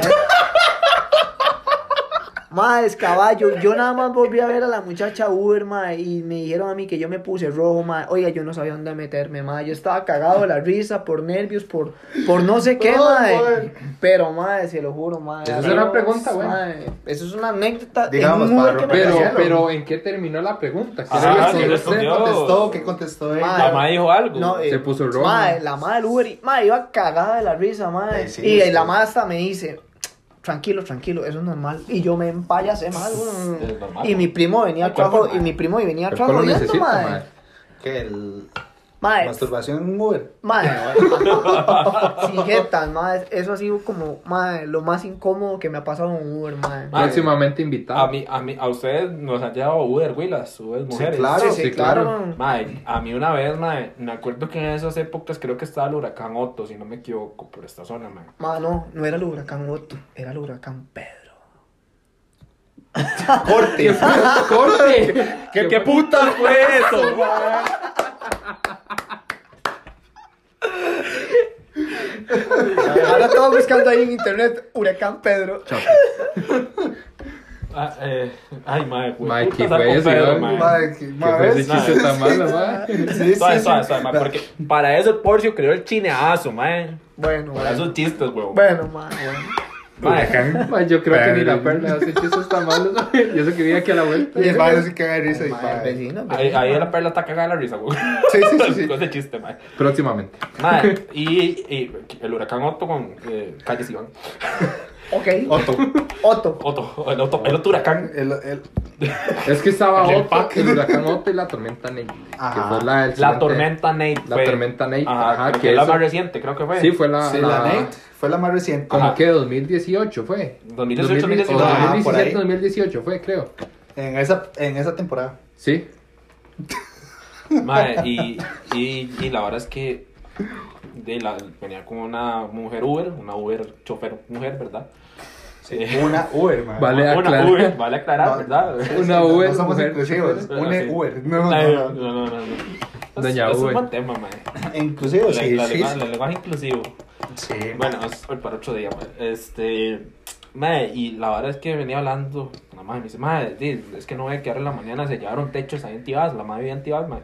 D: Madres, caballo, yo nada más volví a ver a la muchacha Uber, madre, y me dijeron a mí que yo me puse rojo, madre. Oiga, yo no sabía dónde meterme, madre. Yo estaba cagado de la risa, por nervios, por, por no sé qué,
E: Ay,
D: madre.
E: madre.
D: Pero, madre, se lo juro, madre.
B: Esa es
D: Pero,
B: una pregunta, güey.
D: madre, Eso es una anécdota. en
E: Digamos,
D: un Uber
E: para
D: que me
B: Pero,
D: hicieron.
B: pero, ¿en qué terminó la pregunta? ¿Qué
C: Ah, sí,
B: regresó usted?
C: respondió.
E: este, contestó? ¿Qué contestó él?
D: Ma,
C: La madre dijo algo.
D: No, eh,
B: Se puso rojo.
D: Madre, la madre del Uber, y- madre, iba cagada de la risa, madre.
E: Eh, sí,
D: y
E: sí.
D: la madre hasta me dice, tranquilo, tranquilo, eso es normal. Y yo me empayasé mal,
C: Es
D: güey.
C: normal.
D: Y mi primo venía al
C: El cuerpo,
D: trabajo, y
C: mae.
D: mi primo y venía al
B: El cual
D: trabajo
B: lo
D: viendo,
B: necesita,
D: madre.
B: madre.
E: Que el...
D: Madre,
E: Masturbación en un Uber.
D: madre. Sin jetas, madre. Eso ha sido como, madre, lo más incómodo que me ha pasado en un Uber, madre.
C: Madre,
B: Próximamente invitado.
C: A, mí, a, mí, a ustedes nos han llevado Uber, güey, las Uber mujeres.
E: claro.
B: sí, claro.
D: güey.
C: Mae, a mí una vez, mae, me acuerdo que en esas épocas creo que estaba el huracán Otto, si no me equivoco, por esta zona, mae.
D: Madre, no, no era el huracán Otto, era el huracán Pedro.
E: Corte.
B: ¡Corte!
C: ¿Qué, qué puta fue eso,
D: Ahora estaba buscando ahí en internet, huracán Pedro.
C: Ah, eh, ay, mae, güey.
B: Mae,
C: puta,
B: ¿qué
C: saco
B: fue eso,
C: pedo,
B: güey?
C: mae.
E: que-
B: ¿Qué
E: ma,
B: fue ese
E: ¿ves?
B: chiste tan malo, ma?
E: Sí,
C: Suave,
E: sí,
C: suave,
E: sí.
C: suave, mae, porque para eso el Porcio creó el chineazo, mae.
D: Bueno,
C: Para
D: bueno.
C: esos chistes, güey.
D: Bueno, madre, bueno.
C: Mae,
B: Ma, Yo creo que ni la perla hace chistes tan malos. ¿no? Y eso que vi aquí a la vuelta.
E: Y el padre se caga de risa y
D: Madre,
E: ma. Sí,
D: vecino,
C: ahí,
D: vecino.
C: ahí la perla está cagada de la risa, güey.
E: sí, sí, sí.
C: Con ese chiste, mae.
B: Próximamente.
C: Mae, y, y el huracán Otto con eh, calles Iván.
D: Ok.
E: Otto.
D: Otto.
C: Otto, el Otto, el Otto huracán.
E: El, el...
B: Es que estaba
C: El
B: Otto,
C: empaque. Ah,
B: el huracán Otto y la tormenta Nate. Que
E: Ajá.
B: fue la del
C: La
B: siguiente-
C: tormenta Nate.
B: La
C: fue.
B: tormenta Nate,
C: Ajá,
B: ajá,
C: creo
B: que
C: que es la
B: eso-
C: más reciente, creo que fue.
B: Sí, fue la.
D: Ah,
E: Sí, la Nate fue la más reciente.
B: Como
C: Ajá.
B: que 2018 fue.
C: 2018,
B: 2018,
C: 2019.
E: Ajá, por ahí.
B: 2017, 2018 fue, creo.
E: En esa, en esa temporada.
B: Sí.
C: Mae, y, y, y la verdad es que de la, venía con una mujer Uber, una Uber chofer mujer, ¿verdad? Sí.
E: Una Uber, man.
B: Vale
C: una
B: aclarar.
C: Uber, vale aclarar,
E: No.
C: ¿verdad?
B: Una
E: No,
B: Uber,
E: No somos
B: mujer.
E: inclusivos.
C: Bueno,
E: Una
C: Ah, sí.
E: Uber. No,
C: Ay,
E: no, no.
C: no, no, no.
B: Doña
C: es, Es
B: Uber.
C: un buen tema, mae.
E: Inclusivos,
C: La-
E: sí,
C: la
E: sí.
C: lengua- la lenguaje inclusivo.
E: Sí,
C: Bueno, es hoy para otro día, mae. Este. Mae, y la verdad es que venía hablando. La madre me dice, madre, di, es que no voy a quedar en la mañana. Se llevaron techos ahí en Tibás. La madre vivía en Tibás, mae.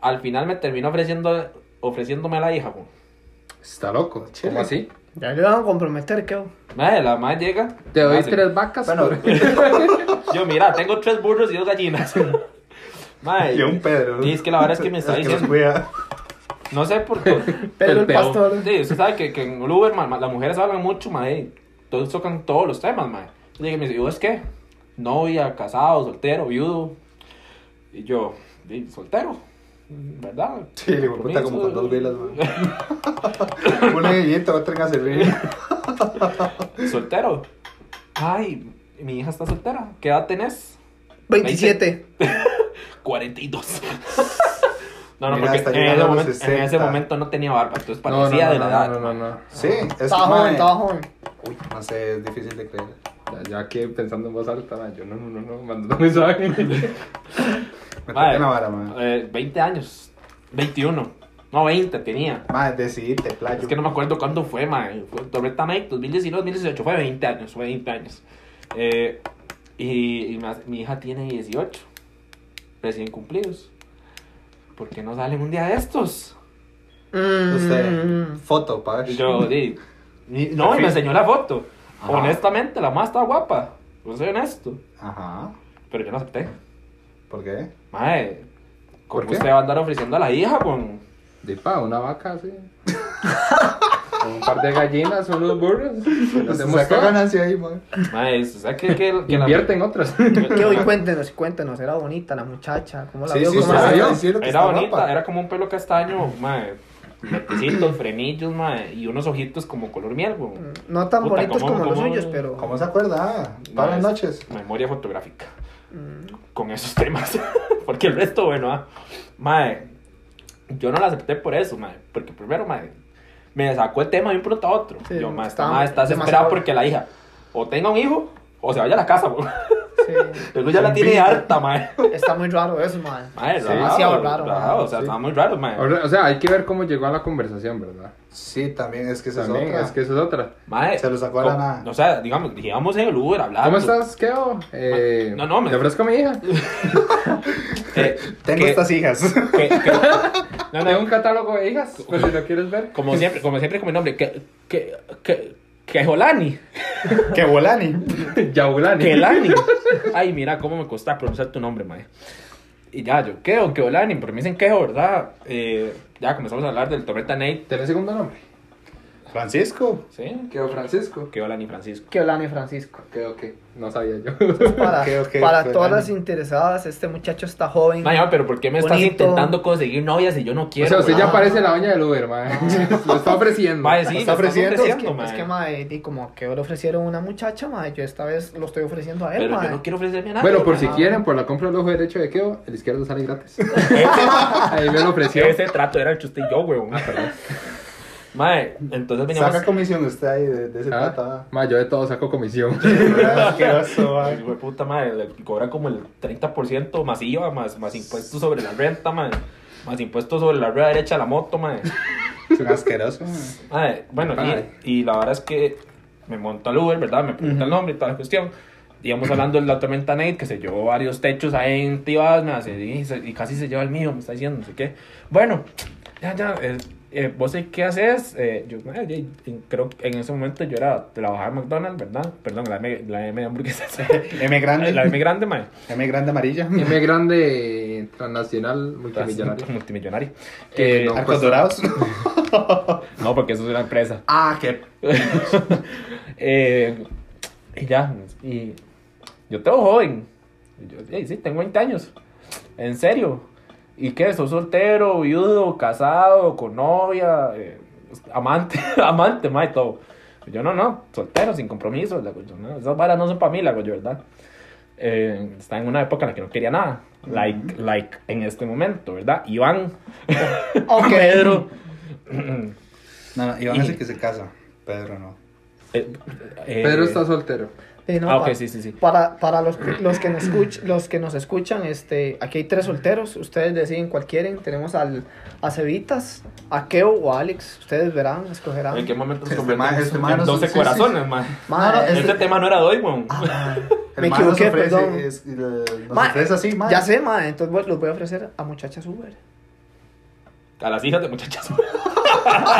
C: Al final me terminó ofreciendo, ofreciéndome a la hija, pues. po.
B: Está loco. ¿Cómo así?
D: Ya le van a comprometer, ¿qué?
C: Mae, la madre llega.
B: Te doy
C: hace-
B: tres vacas.
E: Bueno,
B: por-
C: Yo, mira, tengo tres burros y dos gallinas. Mae.
E: Y un Pedro.
C: Sí, es que la verdad es que me está
E: El que nos
C: diciendo.
E: cuida.
C: No sé por qué.
D: Pedro el
B: peor.
D: pastor.
C: Sí, usted sabe que, que en el Uber, ma- ma- las mujeres hablan mucho, mae. Todos tocan todos los temas, mae. Y ella me dice, ¿y vos qué? Novia, casado, soltero, viudo. Y yo, "Di, soltero, ¿verdad?
E: Sí, le digo, puta,
C: Compromiso".
E: como con dos velas, man. Una en viento, otra en gasolina.
C: soltero. Ay, mi hija está soltera. ¿Qué edad tenés?
D: 27.
C: 42. No, no,
E: Mira,
C: porque
E: hasta
C: en ese,
E: llegar a los
C: momento, en
E: 60.
C: ese momento no tenía barba, entonces
B: No, no,
C: parecía de la edad.
B: no, no, no, no.
E: Sí, es que, eh.
D: Estaba
E: mae,
D: joven, estaba joven.
E: Uy, no sé, es difícil de creer.
B: Ya, ya que pensando en voz alta, ma, yo no, no, no, no, mandando mensaje.
E: Me
C: Mae,
E: toca una vara, man.
C: eh, 20 años, 21, no, 20 tenía.
E: Madre, decidiste, playo.
C: Es que no me acuerdo cuándo fue, mae. Fue eh, Tormenta Nike 2019, 2018. Fue 20 años, fue 20 años. Eh, y y me hace- mi hija tiene 18. Recién cumplidos. ¿Por qué no salen un día de estos?
D: Mm,
E: Usted, foto, pa' ver.
C: Y Yo di. ni- No, y me enseñó la foto.
E: Ajá.
C: Honestamente, la más estaba guapa. No soy honesto.
E: Ajá.
C: Pero yo no acepté.
E: ¿Por qué?
C: Mae.
B: ¿Por
C: ¿Cómo
B: qué?
C: usted va a andar ofreciendo a la hija con.?
B: De pa, una vaca, sí. Con un par de gallinas, unos burros.
C: Pues
B: Hacemos
E: Saca
B: todo.
E: ganancia ahí, man.
C: Mae, o sea, que, que, que la-
B: Invierte en otras.
D: ¿Qué hoy? Cuéntenos, cuéntenos. Era bonita la muchacha. ¿Cómo la
E: Sí,
D: vio?
E: sí,
D: ¿Cómo
E: sí,
D: la
E: sí.
D: vio?
E: diciendo que
C: Era
E: está
C: bonita,
E: guapa.
C: era como un pelo castaño, mae. Lentecitos, frenillos, mae. Y unos ojitos como color miel, weón.
D: No tan
C: Puta,
D: bonitos
C: ¿cómo-
D: como los
C: cómo-
D: suyos, pero.
E: ¿Cómo se acuerda?
C: No,
E: Buenas
C: es-
E: noches.
C: Memoria fotográfica.
D: Mm,
C: Con esos temas. porque el resto, bueno, ah. Mae, yo no la acepté por eso, mae. Porque primero, mae, me sacó el tema de un pronto a otro.
D: Sí,
C: yo, mae, esta
D: estaba
C: mae está desesperada
D: demasiado-
C: porque la hija o tenga un hijo o se vaya a la casa, weón.
D: sí.
C: Luego ya la tiene harta, mae.
D: Está muy raro eso, madre.
C: Mae,
B: Sí.
C: raro,
D: Demasiado raro,
C: raro,
D: mae.
C: O sea,
B: Sí.
C: estaba muy raro, mae.
B: O sea, o sea, hay que ver cómo llegó a la conversación, ¿verdad?
E: Sí, también es que esa es
B: También,
E: otra.
B: es que eso es otra.
C: Mae,
E: Se lo sacó a la
C: co-
E: nada.
C: O sea, digamos, digamos en el Uber hablando.
B: ¿Cómo estás, Keo? Eh,
C: Ah, No, no, me-
B: Te ofrezco a mi hija.
C: Eh,
E: Tengo
C: que-
E: estas hijas.
C: que- que- no,
B: Tengo un
C: no,
B: catálogo de hijas, pues si lo quieres ver.
C: como siempre, como siempre con mi nombre, que, que, que, que Jolani,
E: que volani.
B: Yaulani.
C: que Lani. Ay, mira cómo me cuesta pronunciar tu nombre, mae. Y ya, yo, Keo, que Jolani, pero me dicen Keo, ¿verdad? Eh, ya comenzamos a hablar del Torreta Nate,
B: ¿Tenés segundo nombre?
E: Francisco.
C: ¿sí?
B: Keo Francisco.
C: Que Jolani Francisco.
D: Que Olani Francisco.
B: Que ok, no sabía yo.
D: Pues Para,
E: Ok, ok,
D: para
E: Olani.
D: todas las interesadas, este muchacho está joven.
C: Mae, pero ¿por qué me estás
D: Bonito.
C: intentando conseguir novias si yo no
B: o
C: quiero?
B: sea, usted
C: weón?
B: ya parece la doña del Uber, mae. Lo está ofreciendo.
C: Mae, sí, me
E: ¿Lo está
C: estás
E: ofreciendo?
D: Es
C: ofreciendo,
D: que, es
C: mae.
D: que, eh, mae, y como que le ofrecieron una muchacha, mae, yo esta vez lo estoy ofreciendo a él,
C: Pero
D: mae.
C: yo no quiero ofrecerme a
E: Ah,
C: nadie.
B: Bueno, por
C: mae.
B: si quieren, por la compra del ojo derecho de Keo, el izquierdo sale gratis. Ahí me lo ofreció.
C: Ese trato era el chuste y yo, weón. Mae, entonces veníamos...
E: Saca comisión usted ahí de, de ese
B: Ah,
E: tata.
B: mae, yo de todo saco comisión.
E: Asqueroso,
C: Ay,
E: man.
C: güey, puta madre, le cobra como el 30% más IVA, más, más impuestos sobre la renta, madre. Más impuestos sobre la rueda derecha de la moto, madre.
E: Es un asqueroso, man.
C: Madre, bueno, y, y la verdad es que me monto al Uber, ¿verdad? Me pregunta el nombre y toda la cuestión. Íbamos hablando de la tormenta Nate, que se llevó varios techos ahí en Tibas, me hace, y, se- y casi se lleva el mío, me está diciendo, no sé qué. Bueno, ya, ya, eh, eh, vos sé qué haces. Eh, yo, madre, ya, y creo que en ese momento yo era trabajaba en McDonald's, ¿verdad? Perdón, la M, la M de hamburguesas.
E: M grande.
C: La M grande, madre.
E: M grande amarilla.
B: M grande, transnacional, multimillonario.
C: Multimillonario.
B: Eh,
C: pues,
B: no.
E: Arcos dorados.
C: No, porque eso es una empresa.
E: ah, qué.
C: Eh, y ya, y yo tengo joven. Y yo, "Ey, sí, tengo 20 años. En serio. ¿Y qué? ¿Sos soltero, viudo, casado, con novia, eh, amante, amante, más todo? Y Yo no, no, soltero, sin compromiso. le digo yo, "No, esas varas no son para mí, la yo, ¿verdad? Eh, estaba en una época en la que no quería nada. Like, like, en este momento, ¿verdad? Iván,
D: Ok.
C: Pedro.
E: No, no, Iván es
C: Y-
E: el que se casa. Pedro no.
C: Eh, eh,
B: Pedro está soltero.
D: Sí, no,
C: Ah, ok,
D: para-
C: sí, sí, sí.
D: Para, para los, los, que nos escuch- los que nos escuchan, este, aquí hay tres solteros. Ustedes deciden cuál quieren. Tenemos al, a Cevitas, a Keo o a Alex. Ustedes verán, escogerán.
C: ¿En qué momento se
E: Este
C: convirtió
E: man-
C: en
E: este man no
C: 12
E: se- sí, Ah.
C: corazones, man?
D: Mae,
E: No, no, es-
C: Este tema no era de hoy, weón.
D: Me
E: El man nos
D: equivoqué,
E: ofrece,
D: perdón.
E: es- eh, nos
D: mae,
E: ofrece así, man.
D: Ya sé, mae. Entonces bueno, los voy a ofrecer a muchachas Uber.
C: A las hijas de muchachas.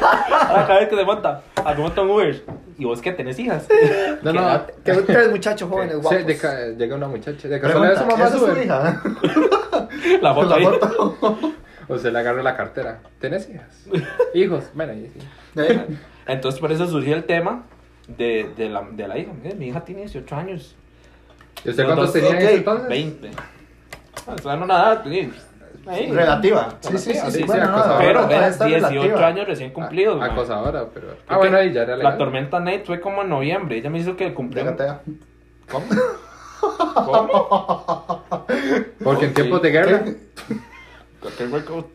C: Ah, Cada vez que te monta, a tu monta un Uber. ¿Y vos qué tenés hijas?
B: No, no.
D: Que ustedes muchachos jóvenes
B: Sí,
D: guapos.
B: de ca- llega una muchacha. De casualidad su mamá
E: Pregunta, ¿esa es su
B: sube.
E: hija?
C: La foto
E: La
C: ahí.
E: foto.
B: O se le agarra la cartera. ¿Tenés hijas? Hijos. Bueno, ahí sí.
C: Entonces, por eso surgió el tema de, de, la, de la hija. Mire, Mi hija tiene 18 años.
B: ¿Y usted
C: Los
B: cuántos
C: dos,
B: tenía en
E: ok,
B: ese entonces?
C: 20. Ah, O sea, no nada, tenés. Ahí.
E: Relativa.
C: Sí, sí, sí, sí,
E: bueno,
B: sí,
E: no,
B: acosadora.
E: ahora
C: Pero
E: todavía
C: es
E: está
C: 18
E: relativa.
C: años recién cumplidos,
B: Ah,
C: man.
B: Acosadora, pero. Ah, bueno, ahí ya era
C: La
B: legal.
C: tormenta Nate fue como en noviembre. Ella me hizo que cumplió.
E: Déjate. ah.
C: ¿Cómo? ¿Cómo?
B: Porque en
C: Ok.
B: tiempos de guerra.
C: Qué hueco.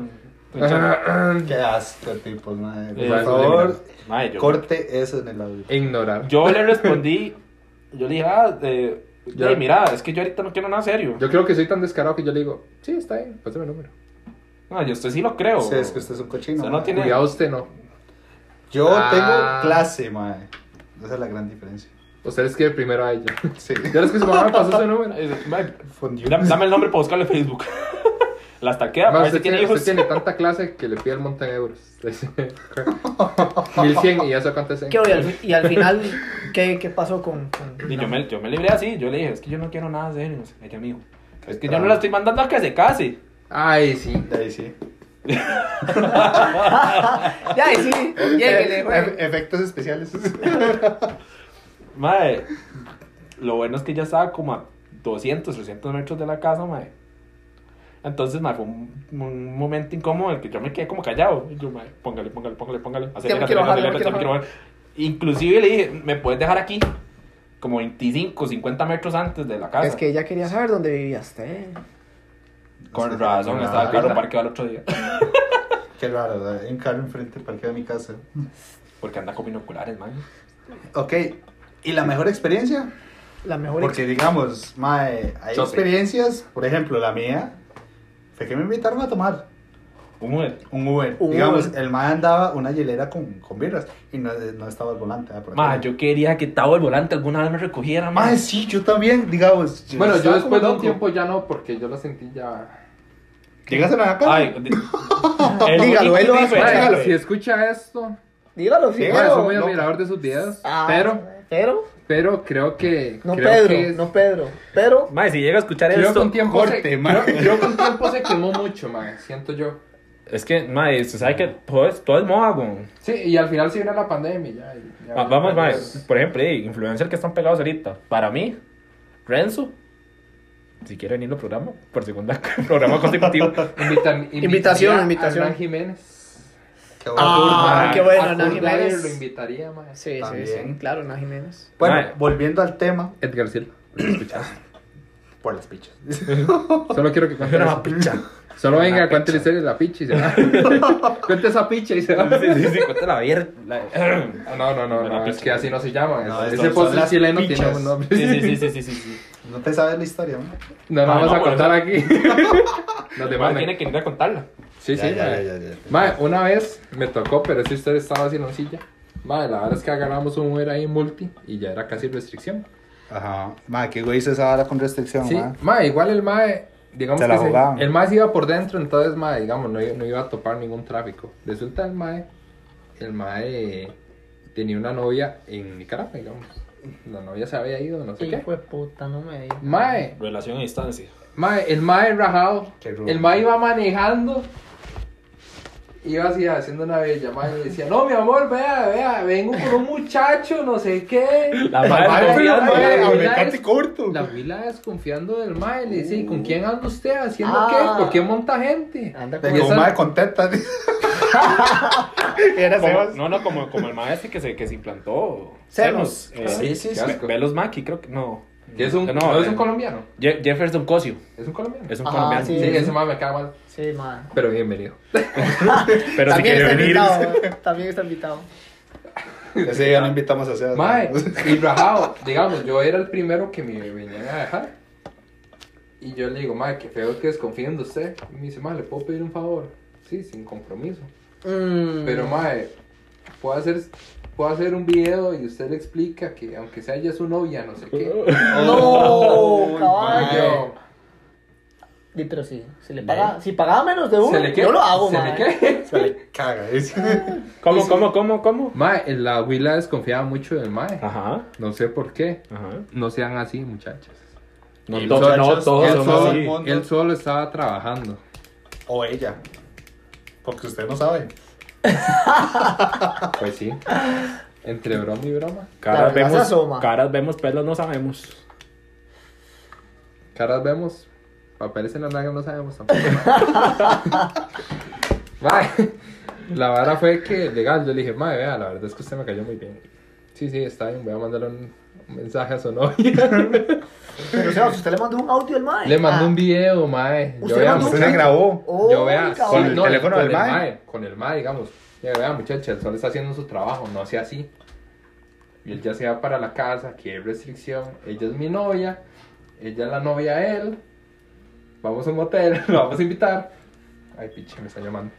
E: Qué asco, tipos, madre.
C: Eh,
E: Por favor,
C: Mae, yo,
E: corte eso en el audio.
B: Ignorar.
C: yo le respondí. Yo le dije, ah, eh,
B: Ya.
C: ey, mira, es que yo ahorita no quiero nada serio.
B: Yo creo que soy tan descarado que yo le digo, sí, está bien, pues pásame el número.
C: No, yo a usted sí lo creo.
E: Sí, es que usted es un cochino.
C: O sea,
E: mae.
C: no tiene-
B: Cuidado usted no.
E: Yo
B: Ah.
E: tengo clase, mae. Esa es la gran diferencia.
B: Usted les quiere primero a ella.
E: Sí.
B: Ya les que su mamá me pasó su número.
C: Eh, mae,
E: Fundió.
C: da- dame el nombre para buscarlo en Facebook. La estaquea,
B: Además,
C: para ver si
B: usted,
C: tiene
B: tiene,
C: hijos.
B: usted tiene tanta clase que le pide el monte en euros. 1100 y eso acontece.
D: ¿Qué, y, al, fi- y al final, ¿qué, qué pasó con...? con-
C: Y yo me, yo me libré así. Yo le dije, es que yo no quiero nada serio. Ella me dijo, es que yo
E: Claro.
C: no la estoy mandando a que se case.
B: Ay, sí.
E: Ahí sí.
D: Ya, y sí, lléguele,
E: Efe-
D: güey.
E: Efectos especiales.
C: Mae, lo bueno es que ya estaba como a 200, 300 metros de la casa, mae. Entonces, mae, fue un, un momento incómodo en el que yo me quedé como callado. Y yo, mae, póngale, póngale, póngale, póngale. Acelera, acelera,
D: quiero bajar, ya me
C: acelera,
D: quiero
C: ya me quiero bajar. Inclusive le dije, ¿me puedes dejar aquí? Como 25, 50 metros antes de la casa.
D: Es que ella quería saber dónde vivía usted.
C: Con razón,
E: Ah,
C: estaba el carro
E: ah.
C: parqueado el otro día.
E: Qué raro, ¿verdad? Hay un carro enfrente parqueado de mi casa.
C: Porque anda con binoculares, mae.
E: Ok, ¿y la mejor experiencia?
D: La mejor
E: Porque digamos, mae, hay
B: Shopping.
E: experiencias, por ejemplo, la mía, fue que me invitaron a tomar
C: Un Uber.
E: un Uber.
D: Un
E: digamos,
D: Uber.
E: el mae andaba una hielera con, con birras y no, no estaba el volante. ¿verdad? Por
C: Mae,
E: ejemplo.
C: yo quería que Tavo el volante alguna vez me recogiera, mae.
E: Mae, sí, yo también, digamos.
B: Bueno, yo
E: estaba
B: después de
E: como
B: un
E: loco.
B: tiempo ya no, porque yo la sentí ya.
E: Llegaste a la casa.
C: Ay, de- el
E: Dígalo,
C: único
E: él lo hace,
C: diferente-
E: mae.
B: Madre,
E: Dígalo.
B: si escucha esto,
D: Dígalo,
E: Sí,
B: madre, soy
D: Figueroa.
B: muy
E: no.
B: admirador de sus videos,
D: Ah,
B: pero,
D: Pero,
B: pero creo que.
D: no
B: creo
D: Pedro,
B: que es-
D: no Pedro. Pero,
C: Mae, si llega a escuchar
B: creo que
C: esto.
B: un tiempo
E: corte,
B: se, creo,
E: madre.
B: creo que un tiempo se quemó mucho, madre, siento yo.
C: Es que, mae, usted sabe que todo es, todo es moda, güey.
B: Sí, y al final se viene la pandemia ya. y- ya-
C: Va- Vamos, mae.
B: Pues,
C: Por ejemplo, hey, influencers que están pegados ahorita. Para mí, Renzo. Si quiere venir al programa, por segunda programa consecutivo.
B: invita-
D: Invitación,
B: invitaría
D: invitación.
B: A Hernán Jiménez.
E: Qué
D: Ah,
E: mae.
D: qué bueno,
B: A
D: Hernán
B: Kurt Geiger
D: Jiménez.
B: Lo invitaría, madre.
D: sí, sí,
E: También.
D: sí, claro, Ana Jiménez.
E: Bueno,
C: Mae.
E: volviendo al tema,
B: Edgar Silva.
E: por las pichas.
B: Solo quiero que cuente
C: Una
B: eso.
C: picha.
B: Solo venga,
C: Una
B: cuente la
C: picha.
B: historia de la picha y se va. cuente esa picha y se va.
C: Sí, sí, sí, cuéntala la ver. la-
B: Ah, No, no, no,
C: Una
B: no, es
C: picha.
B: que así no se llama.
E: No,
B: es-
E: estos
B: Ese
E: son
B: post
E: las
B: chileno tiene
E: pichas.
B: un nombre.
C: Sí, sí, sí, sí, sí, sí, sí.
E: No te sabes la historia, ¿no?
B: No, no
C: Ah,
B: vamos
C: no,
B: a
C: por
B: contar aquí. Nos
C: Mae,
B: demandan.
C: tiene que ir a contarla.
B: Sí, sí, mae. Mae, una vez me tocó, pero si usted estaba así en la silla. Mae, la verdad es que agarramos un Uber ahí en multi y ya era casi restricción.
E: Ajá. Mae, qué güey hizo ahora con restricción,
B: Sí,
E: mae.
B: mae, igual el mae, digamos
E: Se la
B: que se-
E: jugaban.
B: el mae se iba por dentro, entonces mae, digamos, no, i- no iba a topar ningún tráfico. Resulta el mae, el mae tenía una novia en Nicaragua, digamos. La novia se había ido, no sé qué.
D: fue puta, no me digas.
B: Mae,
C: Relación a distancia.
B: mae, el mae rajado,
E: Qué rudo.
B: el mae iba manejando. Iba así haciendo una bella, mae, y le decía, no, mi amor, vea, vea, vengo por un muchacho, no sé qué.
C: La
E: Mae,
C: mae
E: mae,
C: confiando.
E: mae,
B: mae,
E: aumentate
B: mae,
E: corto.
B: La huila desconfiando del mae, le dice, ¿y con quién anda usted? ¿Haciendo
D: Uh. Ah.
B: qué? ¿Por qué monta gente?
D: Anda con
E: Te
B: esa-
E: como mae contenta. Era
C: Como-
E: Sebas.
C: no, no, como, como el maestro que se, que se implantó.
D: Senos.
C: Eh,
E: Sí, sí,
B: sí.
C: Ve- Velos Maki, creo que. No.
B: Que es un,
C: No,
B: no, es
C: eh,
B: un colombiano.
C: Je- Jefferson Cosio.
B: Es un colombiano.
C: Es un
D: Ajá,
C: colombiano.
B: Sí,
D: Sí,
B: ese
D: sí.
B: mae me cae mal.
D: Sí, mae.
B: Pero bienvenido.
C: Pero si
D: También
C: quiere
D: está
C: venir.
D: invitado, eh, también está invitado.
E: Ese día no invitamos a Sebas.
B: Mae,
E: ¿no?
B: y rajado, digamos, yo era el primero que me venían a dejar. Y yo le digo, mae, qué feo que desconfíen de usted. Y me dice, mae, ¿le puedo pedir un favor? Sí, sin compromiso.
D: Mm.
B: Pero mae, puedo hacer, puedo hacer un video y usted le explica que aunque sea ella su novia, no sé qué.
D: No,
E: Ay,
B: Mae,
D: caballo.
B: yo-
D: Di, pero sí, se le paga, si pagaba menos de uno,
B: ¿Se le qué?
D: yo lo hago,
B: ¿Se
D: mae.
B: le qué?
E: Se le caga. ¿eh? es-
C: ¿Cómo, cómo, cómo, cómo?
B: Mae, la huila desconfiaba mucho del mae.
C: Ajá,
B: No sé por qué.
C: ajá.
B: No sean así, muchachas.
C: No,
E: Y
C: to-
E: muchachos,
C: no todos
E: el
B: Él
C: son
E: sol-
C: así.
B: solo, él solo estaba trabajando.
E: O ella. Porque usted no sabe.
B: Pues sí. Entre broma y broma.
C: Caras
D: La verdad se
C: vemos,
D: asoma.
C: caras vemos, pelos no sabemos.
B: Caras vemos. Papeles en la naga no sabemos tampoco. Mae, la vara fue que, legal, yo le dije, mae, vea, la verdad es que usted me cayó muy bien. Sí, sí, está bien, voy a mandarle un, un mensaje a su novia.
D: Pero, o sea, si usted le mandó un audio al mae.
B: le mandó
D: ah,
B: un video, mae.
D: ¿Usted
B: yo vea,
D: mandó un
E: Usted
B: muchacho,
E: le grabó.
D: oh,
B: yo vea,
D: caballo.
E: con el teléfono
B: con
E: del
B: el
E: mae.
B: Con el mae, digamos. Ya vea, muchacha, el sol está haciendo su trabajo, no sea así. Y él ya se va para la casa, que hay restricción. Ella es mi novia, ella es la novia de él. Vamos a un motel, lo vamos a invitar. Ay, piche, me está llamando.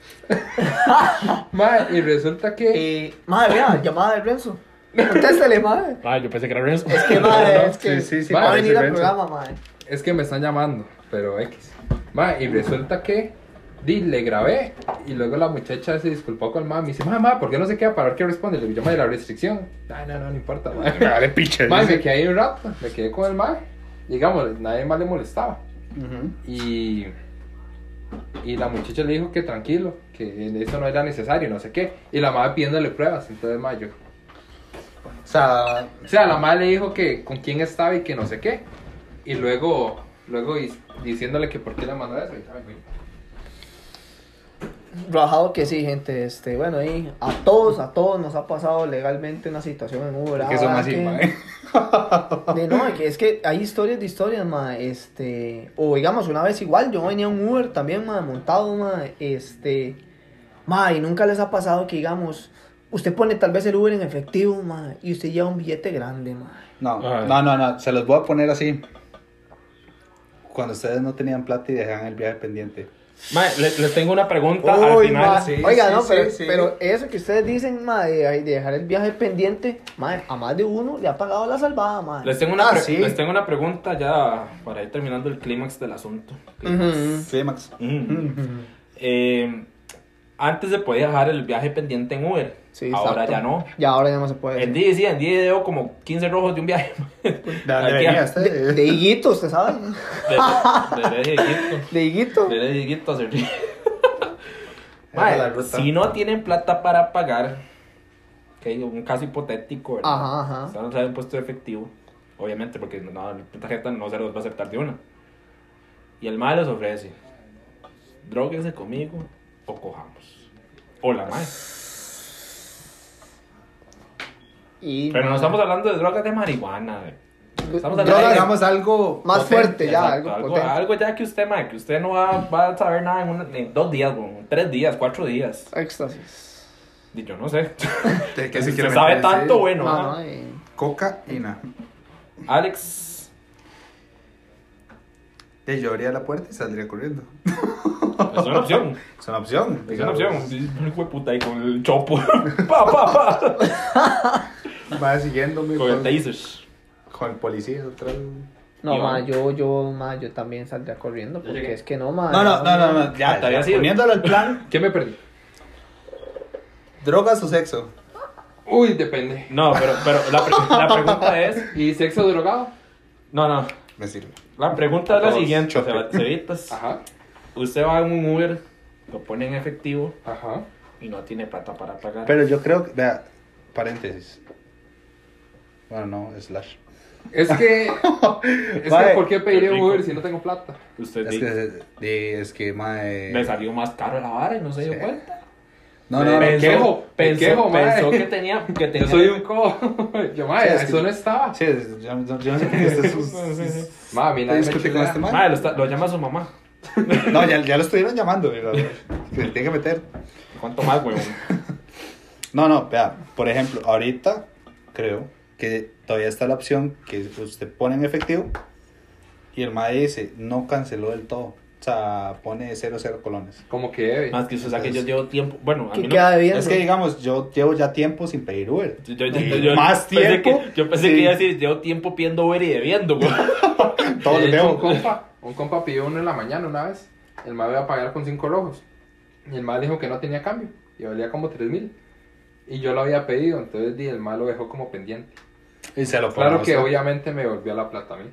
B: mae, y resulta que.
D: Eh, madre, vea, llamada de Renzo. Contéstele, madre.
C: Ay, yo pensé que era Renzo.
D: Es que, madre, es
E: Sí,
D: que
E: sí, sí,
D: va a
B: parece
D: venir al
E: Renzo.
D: programa, madre.
B: Es que me están llamando, pero X. Mae, y resulta que. Di, le grabé y luego la muchacha se disculpó con el mae. Me dice, mamá, ¿por qué no se queda para ver qué responde? Le digo, mae, la restricción. Ay, no, no, no importa, mae.
E: Me vale picha.
B: Mae, me
E: dice.
B: quedé ahí un rato, me quedé con el mae. Digamos, nadie más le molestaba.
E: Ujú.
B: Y Y la muchacha le dijo que tranquilo, que eso no era necesario, no sé qué. Y la madre pidiéndole pruebas, entonces mayo.
E: O sea,
B: O sea, la madre le dijo que con quién estaba y que no sé qué. Y luego, luego dis- diciéndole que por qué le mandó eso. Y tal, güey.
D: Rajado que sí, gente. Este, bueno, ahí a todos, a todos nos ha pasado legalmente una situación en Uber.
E: que son
D: ahora
E: así,
D: que-
E: mae.
D: de, no, que es que hay historias de historias, ma, este, o digamos, una vez igual, yo venía un Uber también, ma, montado, ma, este, ma, y nunca les ha pasado que, digamos, usted pone tal vez el Uber en efectivo, ma, y usted lleva un billete grande, ma.
E: No,
C: Ajá.
E: no, no, no, se los voy a poner así. Cuando ustedes no tenían plata y dejaban el viaje pendiente.
C: Mae, les, les tengo una pregunta al
D: Uy,
C: final.
D: ma,
E: sí,
D: Oiga,
E: sí,
D: no,
E: sí,
D: pero,
E: sí.
D: pero eso que ustedes dicen, ma, de, ay, de dejar el viaje pendiente, ma, a más de uno le ha pagado la salvada, ma.
C: Les tengo, una
E: Ah,
C: pre-
E: sí.
C: les tengo una pregunta ya para ir terminando el clímax del asunto.
D: Ujú.
E: Sí, Max.
C: Mm. Eh, antes se podía dejar el viaje pendiente en Uber.
D: Sí,
C: ahora
D: exacto. Pues
C: ya no.
D: Ya ahora ya no se puede.
C: En
D: hacer.
C: día, sí, en día debo como 15 rojos de este? un viaje.
E: ¿De dónde
C: Aquí-
E: venía usted?
D: De, de higuitos, ¿usted sabe?
C: De, de, de Egipto.
D: De higuito.
C: De Egipto se ríe.
E: Era
C: Mae,
E: la ruta.
C: si no tienen plata para pagar, que un caso hipotético, ¿verdad?
D: Ajá, ajá.
C: Están usando un puesto de efectivo, obviamente, porque no, la tarjeta no se los va a aceptar de una. Y el mae les ofrece, droguense conmigo o cojamos. O la mae.
D: Y,
C: Pero no estamos hablando de drogas de marihuana. de- Estamos hablando
E: Droga,
C: de...
E: digamos algo
D: Más
E: potente.
D: fuerte, ya,
C: Exacto,
D: algo potente.
C: algo ya que usted, mae, que usted no va, va a saber nada en, una- en dos días, güey, en tres días, cuatro días.
D: Éxtasis.
C: Y yo no sé.
E: ¿De qué
C: Que
E: se
C: si
E: quiere
C: usted sabe
E: meter, sí?
C: tanto, bueno.
D: No,
C: ah.
D: no, eh,
E: Cocaína.
C: Alex.
E: De yo abría la puerta y saldría corriendo.
C: Es una opción.
E: Es una opción.
C: Es una opción. Un hijo de puta ahí con el chopo. pa, pa, pa.
E: Va siguiéndome
C: Con el
E: con,
C: taser.
E: con el policía atrás.
D: no
C: Y
D: ma,
C: vamos.
D: yo, yo, ma, yo también saldría corriendo porque
B: llegué.
D: es que no, ma.
E: No, no, no, no, no, ya,
C: Estaría
E: ya,
C: así.
E: poniéndolo al plan,
B: ¿Qué me perdí?
E: drogas o sexo.
B: Uy, depende.
C: No, pero, pero la, pre- la pregunta es.
B: ¿Y sexo drogado?
C: no, no.
E: Me sirve.
C: La pregunta es la
E: Todos
C: siguiente,
E: choque.
C: Seba- Cebitas.
B: Ajá,
C: Usted va en un Uber, lo pone en efectivo
B: ajá.
C: y no tiene plata para pagar.
E: Pero yo creo que, vea, paréntesis. Bueno, no, slash.
B: Es que. es
E: Mae,
B: que, ¿por qué pediré
C: qué
B: un
C: rico.
B: Uber si no tengo plata?
C: Usted
E: Es
C: di-
E: que, de- es que, mae.
C: le salió más caro la vara y no se dio
E: Sí.
C: cuenta.
E: No, no, no.
B: Me
C: pensó,
B: quejo, me
C: pensó,
B: quejo, mae.
C: pensó que tenía. Que tenía
B: Yo soy un co. Yo, madre,
E: Sí, es que-
B: eso no estaba.
E: Sí, es- yo, yo- yo no sé por qué estás.
C: Sí, sí,
B: Mami,
E: ¿Te
B: nadie me
E: discute con
B: chulea.
E: este mae?
C: Madre, lo, está- lo llama su mamá.
E: No, ya, ya lo estuvieron llamando. mira, Que le tiene que meter.
C: ¿Cuánto más, huevón?
E: No, no, vea, por ejemplo, ahorita creo que todavía está la opción que usted pone en efectivo y el MAE dice, no canceló del todo. O sea, pone 00 colones.
B: Como que debe.
C: Más que o sea que yo llevo tiempo. Bueno, a
D: Que
C: mí no.
D: queda debiendo.
E: Es que digamos, yo llevo ya tiempo sin pedir Uber.
C: Yo, yo-
E: Y
C: yo-
E: más
C: pensé
E: tiempo,
C: que- yo pensé
E: sí.
C: que iba a decir, llevo tiempo pidiendo Uber y debiendo, güey.
E: Todos
B: De
E: los
B: hecho, Un
E: veo.
B: compa, un compa pidió uno en la mañana una vez. El mae iba a pagar con cinco rojos. Y el mae dijo que no tenía cambio. Y valía como tres mil. Y yo lo había pedido, entonces di, el mae lo dejó como pendiente.
E: Y se lo pone.
B: Claro
E: o
B: que
E: sea.
B: obviamente me volvió la plata a mí.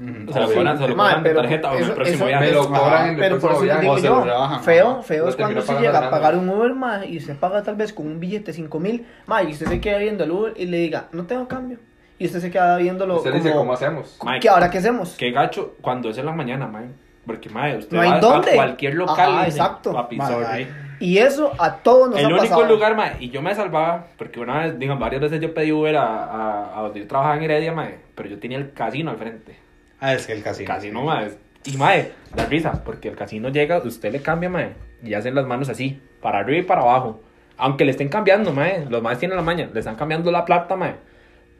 E: Ujú.
C: Se lo
E: Obvio.
C: cobran, se lo
D: Ma,
C: cobran de
D: pero
C: tarjeta o en el
D: eso-
C: próximo
D: eso-
C: viaje.
B: Me lo
E: Ajá.
B: cobran en el
D: Pero por
B: próximo
D: eso les
B: viaje.
D: digo
E: o se
D: yo,
E: lo rebajan,
D: feo,
E: ajá.
D: feo
B: Lo
D: es cuando
B: termina
D: se
B: pagando
D: llega a
B: la
D: pagar
B: nada.
D: un Uber, ma, y usted paga tal vez con un billete de 5 mil, ma, y usted se queda viendo el Uber y le diga, no tengo cambio. Y usted se queda viéndolo
B: Usted dice, ¿cómo
D: como,
B: hacemos?
C: Mae,
D: ¿qué ahora qué hacemos?
C: Qué gacho cuando es en la mañana, mae. Porque, mae, usted
D: No hay
C: va
D: dónde.
C: a cualquier local.
D: Ajá,
C: mae,
D: exacto.
C: papi,
E: Mae,
C: sorry.
E: ahí.
D: Y eso a todos nos
C: el
D: ha
C: único
D: pasado.
C: lugar, mae, y yo me salvaba, porque una vez, digan, varias veces yo pedí Uber a, a, a donde yo trabajaba en Heredia, mae, pero yo tenía el casino al frente.
E: Ah, es que el casino.
C: Casino, mae. Y, mae, la risa, porque el casino llega, usted le cambia, mae, y hacen las manos así, para arriba y para abajo. Aunque le estén cambiando, mae, los maes tienen la maña, le están cambiando la plata, mae.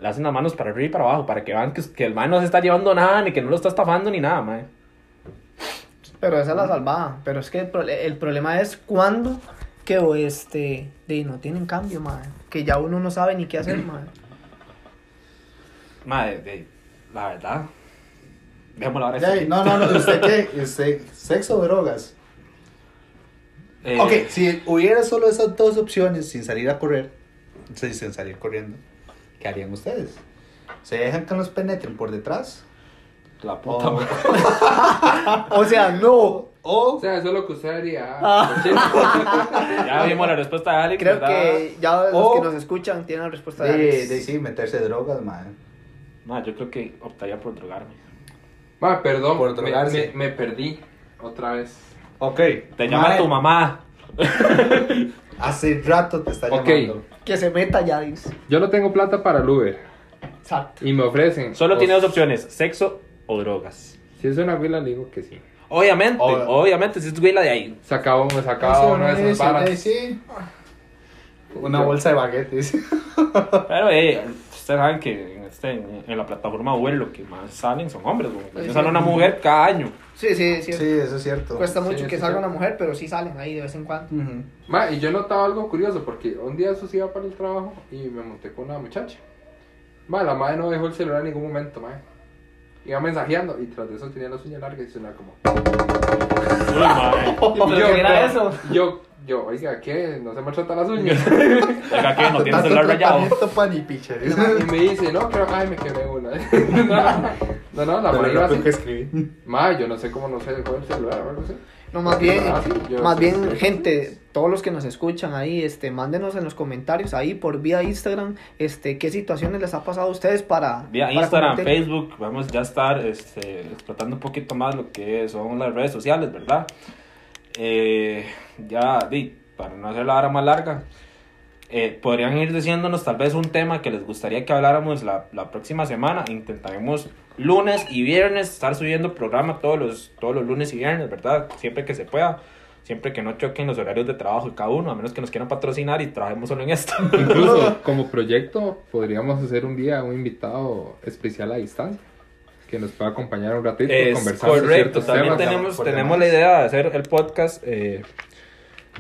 C: Le hacen las manos para arriba y para abajo, para que vean que, que el mae no se está llevando nada, ni que no lo está estafando, ni nada, mae.
D: Pero esa es la salvada. Pero es que el, prole- el problema es cuando que o este de no tienen cambio, madre. Que ya uno no sabe ni qué hacer, madre.
C: Madre, de- la verdad. Dejémoslo ahora.
E: Ey, No, no, no. ¿Usted qué? ¿Usted, ¿Sexo o drogas?
C: Eh,
E: Ok, si hubiera solo esas dos opciones sin salir a correr, sí, sin salir corriendo, ¿qué harían ustedes? ¿Se dejan que los penetren por detrás?
C: La puta
E: O,
C: madre.
D: O sea, no.
E: O
B: O sea, eso es lo que usted haría.
D: Ah.
C: Ya vimos la respuesta de Alex.
D: Creo
C: ¿verdad?
D: que ya los
E: O-
D: que nos escuchan tienen la respuesta de
E: de,
D: Alex.
E: de sí, meterse drogas, madre.
C: No, yo creo que optaría por drogarme.
B: Ma, perdón,
E: Por
B: me,
E: drogarse.
B: me- me perdí otra vez.
E: Ok.
C: Te llama
E: Mae,
C: tu mamá.
E: Hace rato te está
B: Ok.
E: llamando.
D: Que se meta ya, dice.
B: Yo no tengo plata para el Uber
D: Exacto.
B: y me ofrecen.
C: Solo
B: O-
C: tiene dos opciones, sexo o drogas.
B: Si es una güila, le digo que sí.
C: Obviamente,
E: Ob-
C: obviamente, si es güey la de ahí.
B: Sacaba, me sacaba una de esas
E: Sí,
B: varas.
E: sí. Una bolsa de baguetes.
C: Pero, eh, ustedes saben que en, este- en la plataforma Uber lo que más salen son hombres, güey.
D: Sí.
C: Sale una mujer cada año.
D: Sí, sí, sí.
E: Sí, eso es cierto.
D: Cuesta
B: Sí,
D: mucho
B: sí,
D: que
B: sí.
D: salga una mujer, pero sí salen ahí de vez en cuando.
E: Ujú.
B: Ma, y yo he notado algo curioso porque un día eso sí iba para el trabajo y me monté con una muchacha. Ma, la madre no dejó el celular en ningún momento, ma. Iba mensajeando y tras de eso tenía la suya larga y sonaba como.
C: Uy, madre.
B: Y
D: ¿Pero qué era
B: yo,
D: eso?
B: yo, yo, oiga, ¿qué? No se maltrata las uñas.
C: Oiga, que no tiene
E: Tanto
C: celular rayado.
E: tratamiento, pan y picha.
B: y me dice, no, creo, ay, me quemé una. no, no, no, la
E: Pero
B: madre
E: no
B: iba
E: tengo que
B: así.
E: escribir.
B: Ma, yo no sé cómo no se dejó el celular o algo así.
D: No, más bien,
B: Ah, sí, yo
D: más
B: sí,
D: bien,
B: sí.
D: gente, todos los que nos escuchan ahí, este, mándenos en los comentarios ahí por vía Instagram, este, qué situaciones les ha pasado a ustedes para...
C: Vía
D: para
C: Instagram,
D: comentar.
C: Facebook, vamos ya a estar este, explotando un poquito más lo que son las redes sociales, ¿verdad? Eh, ya, di, para no hacer la hora más larga, eh, podrían ir diciéndonos tal vez un tema que les gustaría que habláramos la, la próxima semana. Intentaremos lunes y viernes estar subiendo programa todos los, todos los lunes y viernes, ¿verdad? Siempre que se pueda. Siempre que no choquen los horarios de trabajo de cada uno, a menos que nos quieran patrocinar y trabajemos solo en esto.
B: Incluso como proyecto podríamos hacer un día un invitado especial a distancia que nos pueda acompañar un ratito
C: Es
B: conversando
C: correcto,
B: ciertos
C: también
B: temas.
C: tenemos,
E: por
C: tenemos la
E: demás.
C: idea de hacer el podcast eh,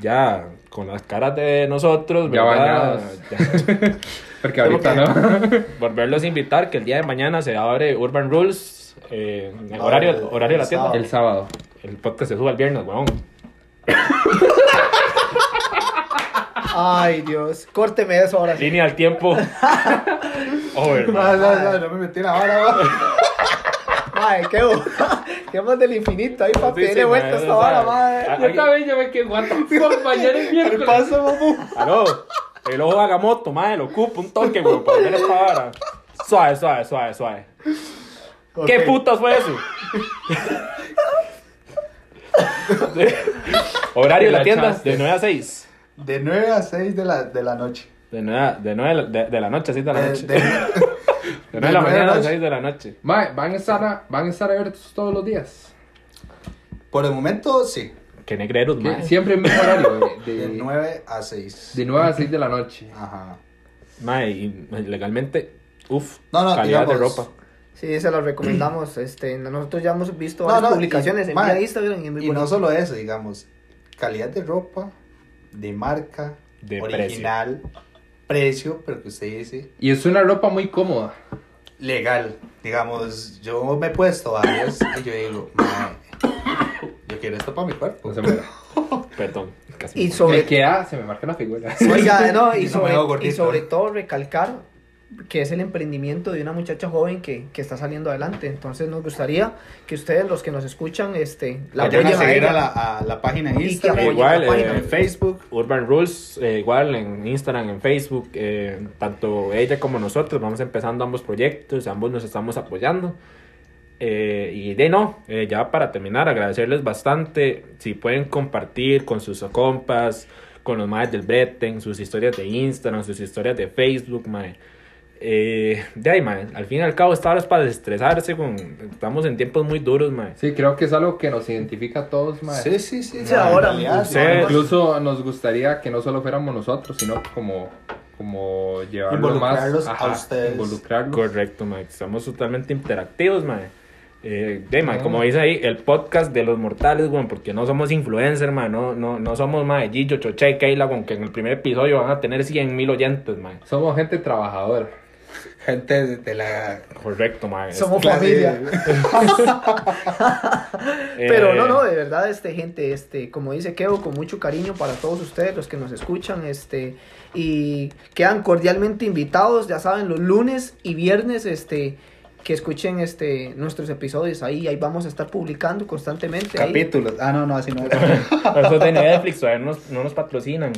C: ya con las caras de nosotros,
B: Ya
C: ¿verdad? Ya.
B: Porque ahorita no.
C: Volverlos a invitar que el día de mañana se abre Urban Rules, eh, en
E: No,
C: horario,
E: el-
C: horario de la tienda.
E: el sábado.
B: El sábado.
C: El, el podcast se sube el viernes, weón.
D: Ay, Dios, córteme eso ahora sí.
C: Línea al tiempo. Over.
E: No, no, no, no me metí en la vara. va.
D: Madre, qué, bo- qué más del infinito ahí, papi,
C: Sí, sí,
D: dele vuelta
C: madre,
D: esta
C: o sea, ah.
D: hora, madre.
C: a- Yo también
B: ya me quedé guato. Compañero el miércoles.
E: Pasa, mamú.
C: Aló, el ojo Agamotto, madre, lo ocupo un toque, weón, para ver esta vara. Suave, suave, suave, suave. ¿Qué
E: Ok.
C: putas fue eso? Horario de la
B: La
C: tienda,
B: echaste.
C: de 9 a 6.
E: De 9 a 6 de la, de la noche.
C: De 9 a- de, 9 a- de, de la noche, 6 de la
E: De,
C: noche.
E: Eh, de-
C: De 9 de la
E: de
C: mañana
E: nueve
C: a
E: a
C: 6 de la noche.
B: Ma, van a estar a, van a estar abiertos todos los días.
E: por el momento, sí.
C: Qué negreros,
B: Que
C: mae.
B: Siempre en mismo horario de,
E: De
B: de,
E: 9 a 6.
B: de 9 a 6 de la noche.
E: Ajá.
C: Mae, y legalmente, uff,
E: No, no,
C: calidad
E: digamos,
C: de ropa.
D: Sí, se los recomendamos, este, nosotros ya hemos visto
E: No,
D: varias
E: no,
D: publicaciones
E: y-
D: en
E: madre,
D: vía Instagram y en
E: Y no solo eso, digamos, calidad de ropa, de marca,
C: De
E: original, precio. pero que usted dice,
B: Y es una ropa muy cómoda.
E: legal. Digamos, yo me he puesto varias y yo digo, "Mae, yo quiero esto para mi cuerpo.
B: No se me,
C: Perdón, casi.
D: Y
C: me-
D: sobre
B: me queda, se me marca la figura.
D: Oiga, no, y,
E: Y no me
D: sobre,
E: hago
D: y
E: gordito.
D: sobre todo recalcar que es el emprendimiento de una muchacha joven que, que está saliendo adelante. Entonces nos gustaría que ustedes, los que nos escuchan, este, la
E: Vayan a
D: apoyen a
E: seguir a
D: ella.
E: la, a la página en
D: Y que
E: Instagram,
D: apoyen
C: Igual,
E: la página
C: eh,
E: en Facebook.
C: Urban Rules, eh, igual en Instagram, en Facebook, eh, tanto ella como nosotros, vamos empezando ambos proyectos, ambos nos estamos apoyando. Eh, y de no, eh, ya para terminar, agradecerles bastante si pueden compartir con sus compas, con los madres del Breten, sus historias de Instagram, sus historias de Facebook, mae. Eh, de ahí, mae, al fin y al cabo, esta hora es para desestresarse, con, estamos en tiempos muy duros, mae.
B: Sí, creo que es algo que nos identifica a todos, ma.
E: Sí, sí, sí.
D: O sea, ahora
E: en realidad,
C: ustedes-
E: digamos,
B: Incluso nos gustaría que no solo fuéramos nosotros, sino como, como llevarlo
E: Involucrarlos
B: más
E: a ustedes.
B: Involucrarlos.
C: Correcto, Mike. Estamos totalmente interactivos, Mike. Eh, de, mae, como dice ahí, el podcast de los mortales, weón, porque no somos influencers, mae, no, no, no somos, mae, Gillo, Choche y Keila, con que en el primer episodio van a tener 100 mil oyentes, mae.
B: Somos gente trabajadora.
E: gente de, de la
C: Correcto, mae.
D: Somos
E: clase-
D: familia.
C: Este,
D: Pero
C: eh,
D: no, no, de verdad, este, gente, este, como dice Kevo, con mucho cariño para todos ustedes, los que nos escuchan, este, y quedan cordialmente invitados, ya saben, los lunes y viernes, este, que escuchen este nuestros episodios ahí, ahí vamos a estar publicando constantemente. ahí.
E: Capítulos. Ah, no, no, así no.
C: Eso de Netflix, todavía no nos, no nos patrocinan.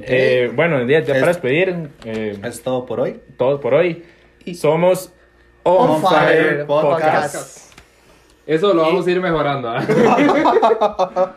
C: Eh, bueno, ya, ya
E: Es-
C: para despedir, eh,
E: Es todo por hoy.
C: todos por hoy.
D: Y-
C: Somos On,
D: On
C: Fire,
D: Fire
C: Podcast.
D: Podcast.
B: Eso lo vamos a ir mejorando. ¿ah?